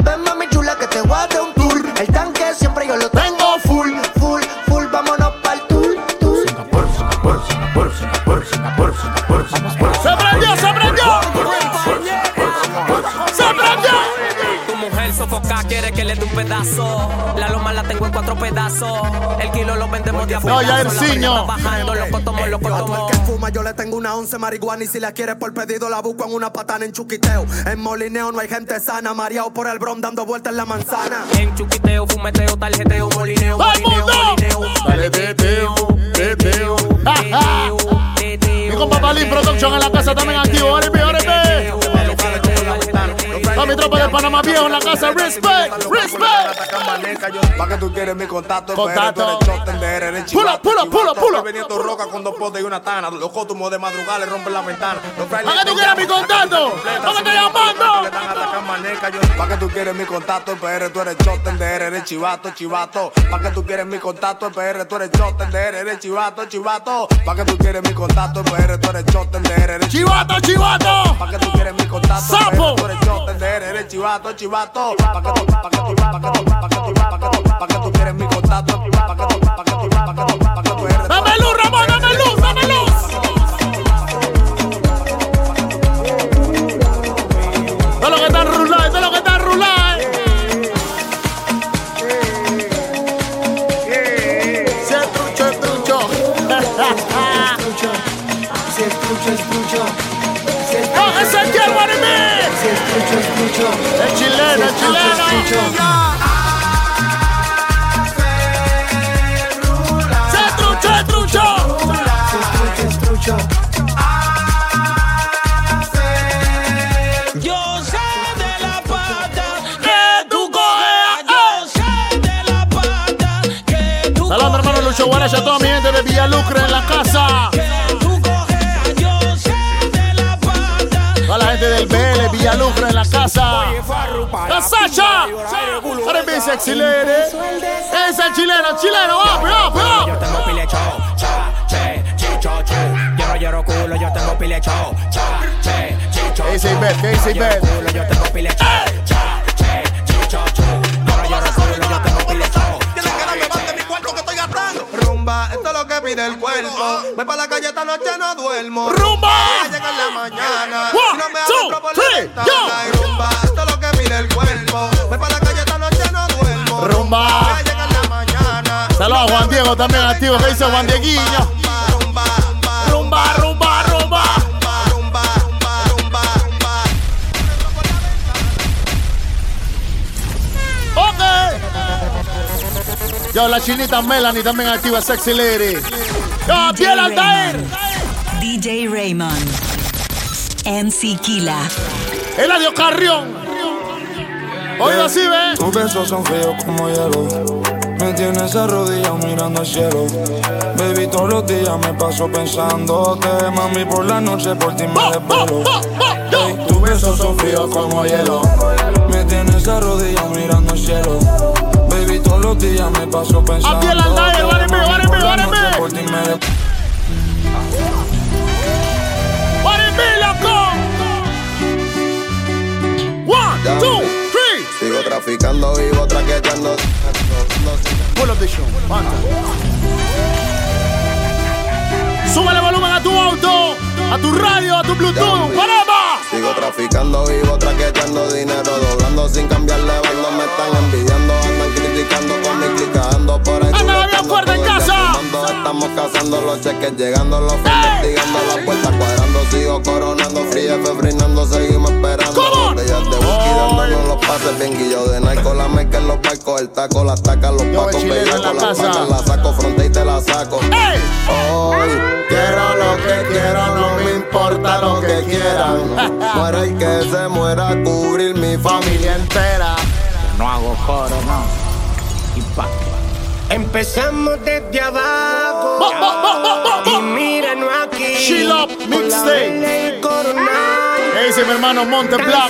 S7: ven mami chula que te voy a dar un tour. El tanque siempre yo lo tengo full, full, full. Vámonos para el tour, tour.
S2: ¡Se prendió, se prendió!
S6: ¡Se Tu mujer sofocada quiere que le dé un pedazo. La loma la tengo en cuatro pedazos. El kilo lo vendemos de a
S2: No, ya
S6: pedazo. La
S2: Erciño.
S6: prenda Bajando, loco, tomo, loco, tomo.
S7: Que fuma, yo le tengo una once marihuana y si la quieres por pedido la busco en una patana en chuquiteo. En molineo no hay gente sana, mareado por el bron dando vueltas en la manzana.
S6: En chuquiteo, fumeteo, tarjeteo, molineo, molineo, molineo.
S2: Dale, teteo, teteo. Y con Papá Lin Production en la casa también activo. ¡Óreme, óreme! Toda mi tropa de Panamá Viejo en la casa. ¡Respect, respect!
S10: Pa' que tú quieres mi contacto,
S2: Contacto.
S10: contacto. tú eres tender, eres
S2: Pula, pula, pula, pula.
S10: Viniendo roca con dos potes y una tana. Los cótumos de madrugada le rompen la ventana. Los
S2: Pa' que tú quieres mi contacto. Pa' que te
S10: llamando. Pa' que tú quieres mi contacto, PR, tú eres chotender, eres chivato, chivato. Pa' que tú quieres mi contacto, PR, tú eres chotender, eres chivato, chivato. Pa' que tú quieres mi contacto, PR, tú eres chotender, eres
S2: Chivato, chivato.
S10: Pa' que tú quieres mi contacto,
S2: Sapo.
S10: PR, tú eres chotender, eres chivato, chivato. Pa' que tú, pa' que tú, pa' que tú, pa' que tú, pa' que tú, pa' que tú quieres mi contacto, pa' que tú, pa' que tú, pa' que tú, pa' que tú eres
S2: ¡Dame luz, Ramón! ¡Dame luz, dame luz! De lo que está en Rulay, de lo que está en Rulay. Si es trucho, es trucho.
S7: Si es trucho, es trucho. Si es
S2: trucho, es
S7: Si es
S2: trucho.
S7: trucho, es trucho.
S2: Es chileno, es chileno. Se trucho, es trucho.
S6: Yo sé de la pata que tú coges. Yo sé de la pata que tú
S2: Saludos, mi hermano Lucho Guaracha, a toda mi gente de Villalucre en la casa. Toda la gente del BL, Villalucre en la casa. ¡La Sacha! ¡Ahora mi sexy lady! ¡Es el chileno, chileno! ¡Vamos, vamos,
S26: Yo tengo pile cho, cha, che, chi, cho, che. Yo no lloro culo, yo tengo pile cho, cha, che, chi, cho,
S2: Easy
S26: cho.
S2: bet, easy
S26: Yo lloro
S2: bet.
S26: culo, yo tengo pile cho, cha, che, chi, cho, cho. Yo no lloro culo, yo tengo pile cho.
S10: Rumba, esto es lo que pide el cuerpo. Voy para la calle esta noche, no duermo. Rumba. Voy a llegar la mañana.
S2: One,
S10: Si no me
S2: two,
S10: adentro por la
S2: three,
S10: ventana.
S2: yo.
S10: Ay, Rumba, esto es lo que pide el cuerpo. Voy para la calle esta noche, no duermo.
S2: Rumba.
S10: Voy a llegar la mañana.
S2: Saludos a Juan Diego también activo, que dice Juan Dieguiño. Rumba, rumba, rumba. Ok. Yo, la chinita Melanie también activa, sexy lady. Gabriel Altair.
S1: DJ Raymond. MC Kila.
S2: Eladio Carrión. Oiga, así ve.
S20: Tus besos son fríos como hielo. Me tienes arrodillado mirando al cielo. Baby, todos los días me paso pensándote. Mami, por la noche por ti
S2: Oh,
S20: me desvelo. Ey, Tus besos son fríos como hielo. Me tienes arrodillado mirando al cielo. Baby, todos los días me paso pensando.
S2: Aquí el Aldair, óreme, óreme, óreme.
S20: Por ti me desvelo.
S2: ¡Para mí, loco!
S21: Traficando vivo, traqueteando.
S2: Pull up the show, mata. Súbele volumen a tu auto, a tu radio, a tu Bluetooth, whatever.
S21: Sigo traficando vivo, traqueteando dinero, doblando sin cambiarle bando. Me están envidiando, andan criticando con mi clica, ando por ahí.
S2: Anda bien fuerte en casa.
S21: Fumando, Estamos cazando los cheques, llegando los fines, investigando las puertas, cuadrando, sigo coronando, fría, febrinando, seguimos esperando. Botellas de whisky dándonos los pases, bien guillo de narco, la mezcla en los barcos, el taco, las tacas, los pacos,
S2: chileno en la
S21: bellaco, las
S2: casa.
S21: pacas, la saco, fronte y te la saco. Hoy quiero lo que quiero, no me importa lo que quieran. Para el que se muera, cubrir mi familia entera.
S27: No hago coro, no. Y pa. Empezamos desde abajo. Y míranos aquí.
S2: She Love Mixtape. ¿Qué dice mi hermano Monte Black?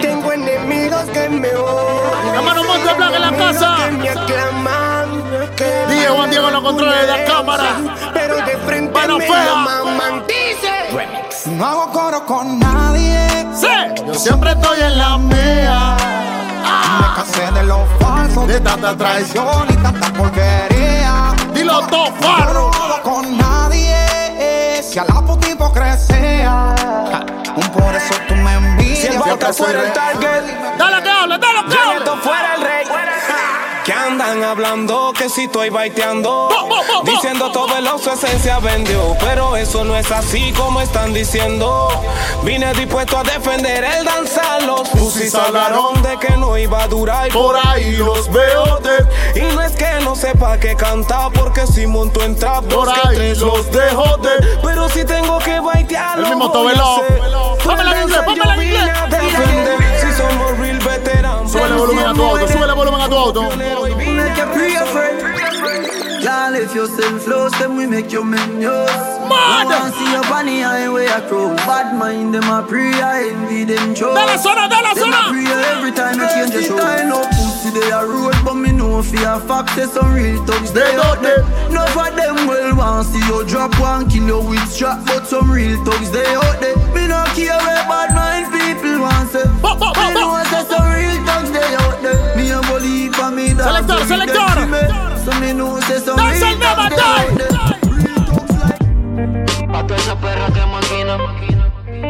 S27: Tengo enemigos que me odian.
S2: Hermano Monte Black en la casa.
S27: Que me aclaman. Que
S2: DJ Juan Diego en los controles de la cámara.
S27: Pero de frente
S2: Mano
S27: me
S2: fea.
S27: maman. Dice.
S2: No hago coro con nadie. Yo siempre estoy en la mía.
S27: Ah.
S2: Me cansé de los falsos, de tanta traición y tanta porquería. Dilo todo, farro.
S6: No jodo con nadie, si a la puta hipocresía. Un por eso tú me envidias.
S27: Si el bota fuera el target.
S2: Dale que hable, dale que
S27: hable. fuera el rey.
S10: Que andan hablando que si estoy
S2: [laughs]
S10: baiteando Diciendo todo el oso esencia vendió Pero eso no es así como están diciendo Vine dispuesto a defender el danzar Los pusis hablaron de que no iba a durar Y por ahí los veo de Y no es que no sepa que canta Porque si monto en trap
S2: Por
S10: dos que
S2: ahí
S10: tres
S2: los dejo de
S10: Pero si tengo que baitear
S2: El
S10: lo
S2: mismo
S10: voy a
S2: Tobeló.
S10: hacer.
S2: Pónmela en
S10: Por
S2: inglés,
S10: eso
S2: pónmela en
S10: yo vine
S2: inglés.
S10: a defender. Si somos real veteranos
S2: Súbele volumen a tu auto, súbele volumen a tu auto.
S6: Y'all, if you send flows, then we make you minions.
S2: Mad!
S6: No one see your bunny highway across. Bad mind, them a pray, I envy them chose.
S2: Dale, zona, dale,
S6: Them
S2: zona!
S6: a pray every time you change the show. no pussy, they a road, but me know for a fact, there's some real thugs, they out there. None of them will want see you drop one, kill you with strap, but some real thugs, they out there. Me no care where bad mind people want say. Me know say some real thugs, they out there. Me a believe for me that.
S2: Selector, selector.
S6: So me know say some
S2: Dance
S6: real
S2: and never
S6: thugs, they out
S2: die.
S6: there.
S28: Pa' todos esos perros que maquinan.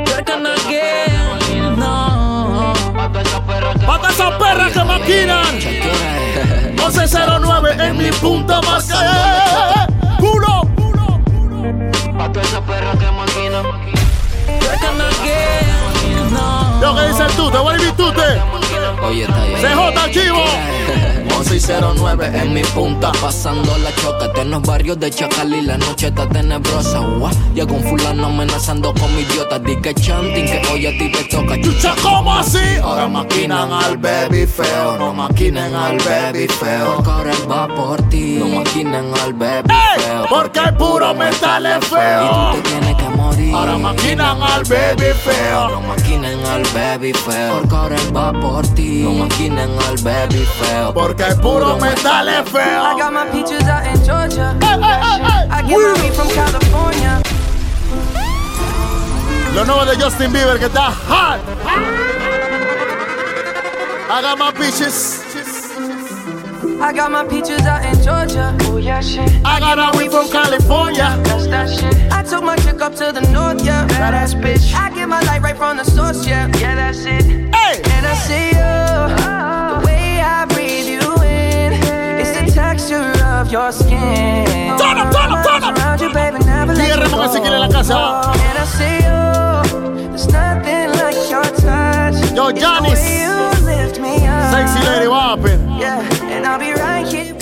S28: Porque no quieren, no. Pa' todos esos perros que
S2: Mata esas perras que maquinan. 1109 en mi punta más que. Puro.
S28: Pa' todos esos perros que maquinan. Porque no quieren, no.
S2: Lo que dice el tute, vuelve y tute.
S29: Oye, está bien.
S2: CJ Chivo.
S29: 11 y 09 en mi punta, pasando la choca. En los barrios de Chacal y la noche está tenebrosa. Guau, Llega un fulano amenazando con mi idiota. Di que chanting, que hoy a ti te toca.
S2: Chucha, ¿cómo así?
S29: Ahora maquinan al baby feo, no maquinen al baby feo. Porque ahora él va por ti, no maquinen al baby feo.
S2: Porque el puro metal es
S29: Y
S2: feo.
S29: tú te tienes que morir.
S2: Ahora maquinan al baby feo.
S29: No maquinen al baby feo. Porque ahora él va por ti. No maquinen al baby feo.
S2: Porque el puro metal es
S8: I
S2: feo.
S8: got my peaches out in Georgia. I get my weed from California.
S2: Lo nuevo de Justin Bieber que está hot. Haga más bitches.
S8: I got my peaches out in Georgia. Oh yeah, shit.
S2: I got my weed from California.
S8: That's that shit. I took my chick up to the north, yeah. Badass bitch. I get my light right from the source, yeah. Yeah, that's it.
S2: Hey.
S8: And I see you. The way I breathe you in is the texture of your skin. Turn up, turn up, turn up. Around you, baby, never let
S2: Cierre
S8: you
S2: porque se quiere la
S8: go.
S2: casa.
S8: And I see you. There's nothing like your touch.
S2: Yo,
S8: It's the
S2: Giannis.
S8: way you lift me up.
S2: Sexy lady, what happened?
S8: Yeah, and I'll be right here.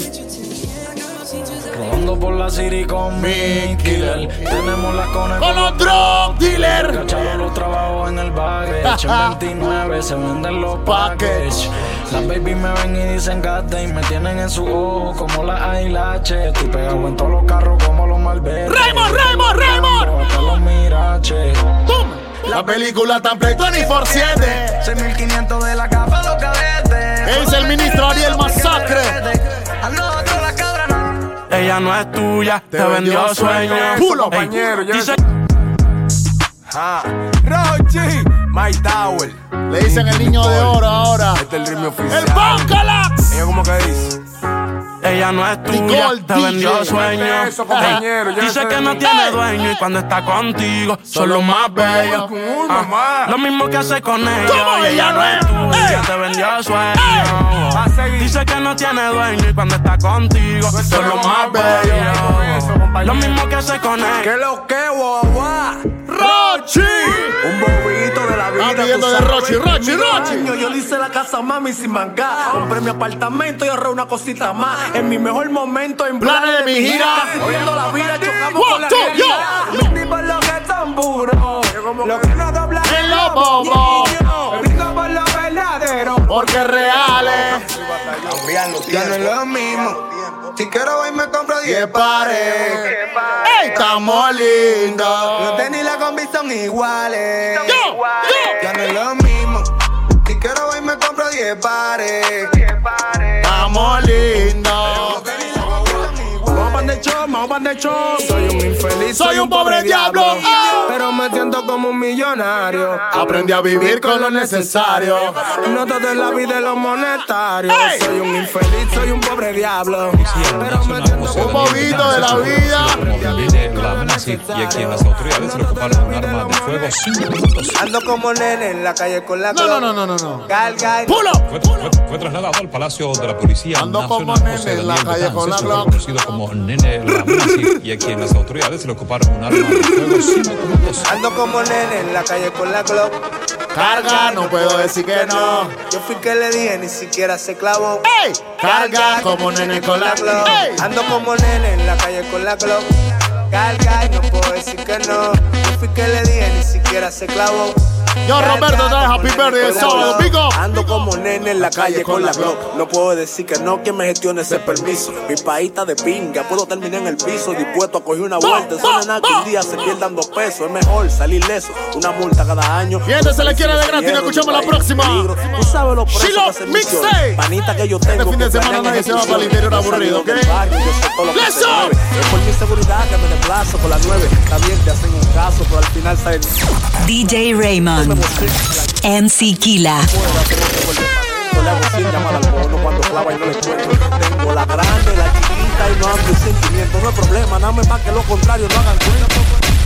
S4: Rodando por la city con mi killer. Tenemos la conexión
S2: Con los drug dealer.
S4: Cacharon los trabajos en el baggage. En 29 se venden los package. Las baby me ven y dicen gata y me tienen en su ojo como las ailaches. Estoy pegado en todos los carros como los malbetes.
S2: Raymond, Raymond, Raymond.
S4: Hasta los miraches.
S2: La película está en play 24-7.
S4: 6500 de la capa, los cadetes.
S2: Es el ministro Ariel Masacre.
S4: Ella no es tuya, te, vendió sueño.
S30: Pulo, compañero.
S4: Dice
S30: Rochi,
S10: My Tower.
S2: Le dicen el niño de oro ahora.
S10: Este es el ritmo oficial.
S2: ¡El Bacalax!
S10: Ella como que dice.
S4: Ella no es tuya,
S10: Nicole
S4: te
S10: DJ.
S4: vendió
S10: Mete
S4: sueño.
S10: eso, compañero,
S4: Eh,
S10: ya
S4: Dice
S10: sé.
S4: que no tiene dueño y cuando está contigo son los más bellos. Ah, lo mismo que hace con
S10: ¿Cómo
S4: ella. y Ella no es tuya, te vendió sueño. Dice que no tiene dueño y cuando está contigo Pues son los más bellos. Lo mismo que hace con ella.
S10: ¿Qué lo que, guagua?
S2: ¡Rochi!
S10: Un bobito de la vida.
S2: viendo
S10: tú
S2: de
S10: sabes.
S2: Rochi, Rochi,
S10: Mil
S2: Rochi.
S10: años, Yo le hice la casa mami sin manga. Compré mi apartamento y ahorré una cosita más. En mi mejor momento, en
S2: Planes de mi gira.
S10: Casi viendo la vida, chocamos
S2: One,
S10: con la
S2: two,
S10: realidad.
S2: yo.
S10: Los tipos los que son duros. Los que no doblan
S2: En
S10: los
S2: los bobos.
S10: niños. Me brindo por lo verdadero.
S2: Porque
S4: eh.
S2: eh. reales.
S21: Ya no es lo mismo. Si quiero hoy me compro 10 pares.
S2: Estamos lindos.
S21: Los tenis y la combi son iguales. Ya no es lo mismo. Si quiero hoy me compro 10 pares.
S2: Estamos lindos.
S10: Vamos de chom, vamos de chom. Soy un infeliz,
S2: Soy un pobre diablo. Ah.
S10: Pero me siento como un millonario.
S2: Aprendí a vivir con lo necesario.
S10: No todo es la vida de los monetarios.
S2: Ey.
S10: Soy un infeliz, soy un pobre diablo. Pero me siento
S2: Un poquito de la vida.
S3: Y aquí en las autoridades le ocuparon un arma de fuego cinco minutos.
S10: Ando como nene en la calle con la
S2: No, no, no, no, no, no.
S10: Carga.
S2: ¡Pulo!
S3: Fue, fue- fue trasladado al Palacio de la Policía
S2: Ando
S3: Nacional
S2: como nene
S3: José
S2: en la
S3: Daniel
S2: calle
S3: Betán,
S2: con la
S3: César,
S2: Glock.
S3: conocido como Nene Ramírez, y a quien las autoridades le ocuparon un arma de fuego cinco minutos.
S10: Ando como nene en la calle con la Glock.
S2: Carga, no puedo decir que no.
S10: Yo fui que le dije, ni siquiera se clavó.
S2: ¡Ey! Carga como nene con la
S10: Glock.
S2: ¡Ey!
S10: Ando como nene en la calle con la Glock. Carga y no puedo decir que no. Yo fui que le dije, ni siquiera se clavó.
S2: Yo,
S10: Carga
S2: Roberto, trae
S10: como
S2: Happy
S10: nene
S2: Birthday
S10: con
S2: el
S10: la
S2: sábado.
S10: Glock.
S2: ¡Pico!
S10: Ando como nene en la calle con la Glock. No puedo decir que no, que me gestione ese permiso. Mi país está de pinga, puedo terminar en el piso, dispuesto a coger una vuelta. Eso no es nada que un día se pierdan dos pesos. Es mejor salir leso, una multa cada año.
S2: Y este se le quiere de gratis, nos
S10: Hierro,
S2: escuchamos la
S10: país en
S2: próxima.
S10: peligro. Tú sabes los precios
S2: Shiloh
S10: que se mencionan.
S2: Mixtape.
S10: Panita que yo tengo.
S2: Este fin de
S10: que
S2: semana
S10: planean
S2: nadie se va para el
S10: ejecuciones.
S2: interior
S10: Yo he
S2: aburrido,
S10: salido
S2: ¿ok?
S10: del barrio, yo sé todo lo que se
S2: Listen.
S10: mueve. Es por mi seguridad que me desplazo con la nueve. También te hacen un caso, pero al final salen.
S1: DJ Raymond. MC Kila.
S10: Yo le hago sin llamar al bono cuando clava y no le encuentro. Tengo la grande, la chiquita y no hablo de sentimiento. No hay problema, nada más que lo contrario, no hagan cuenta.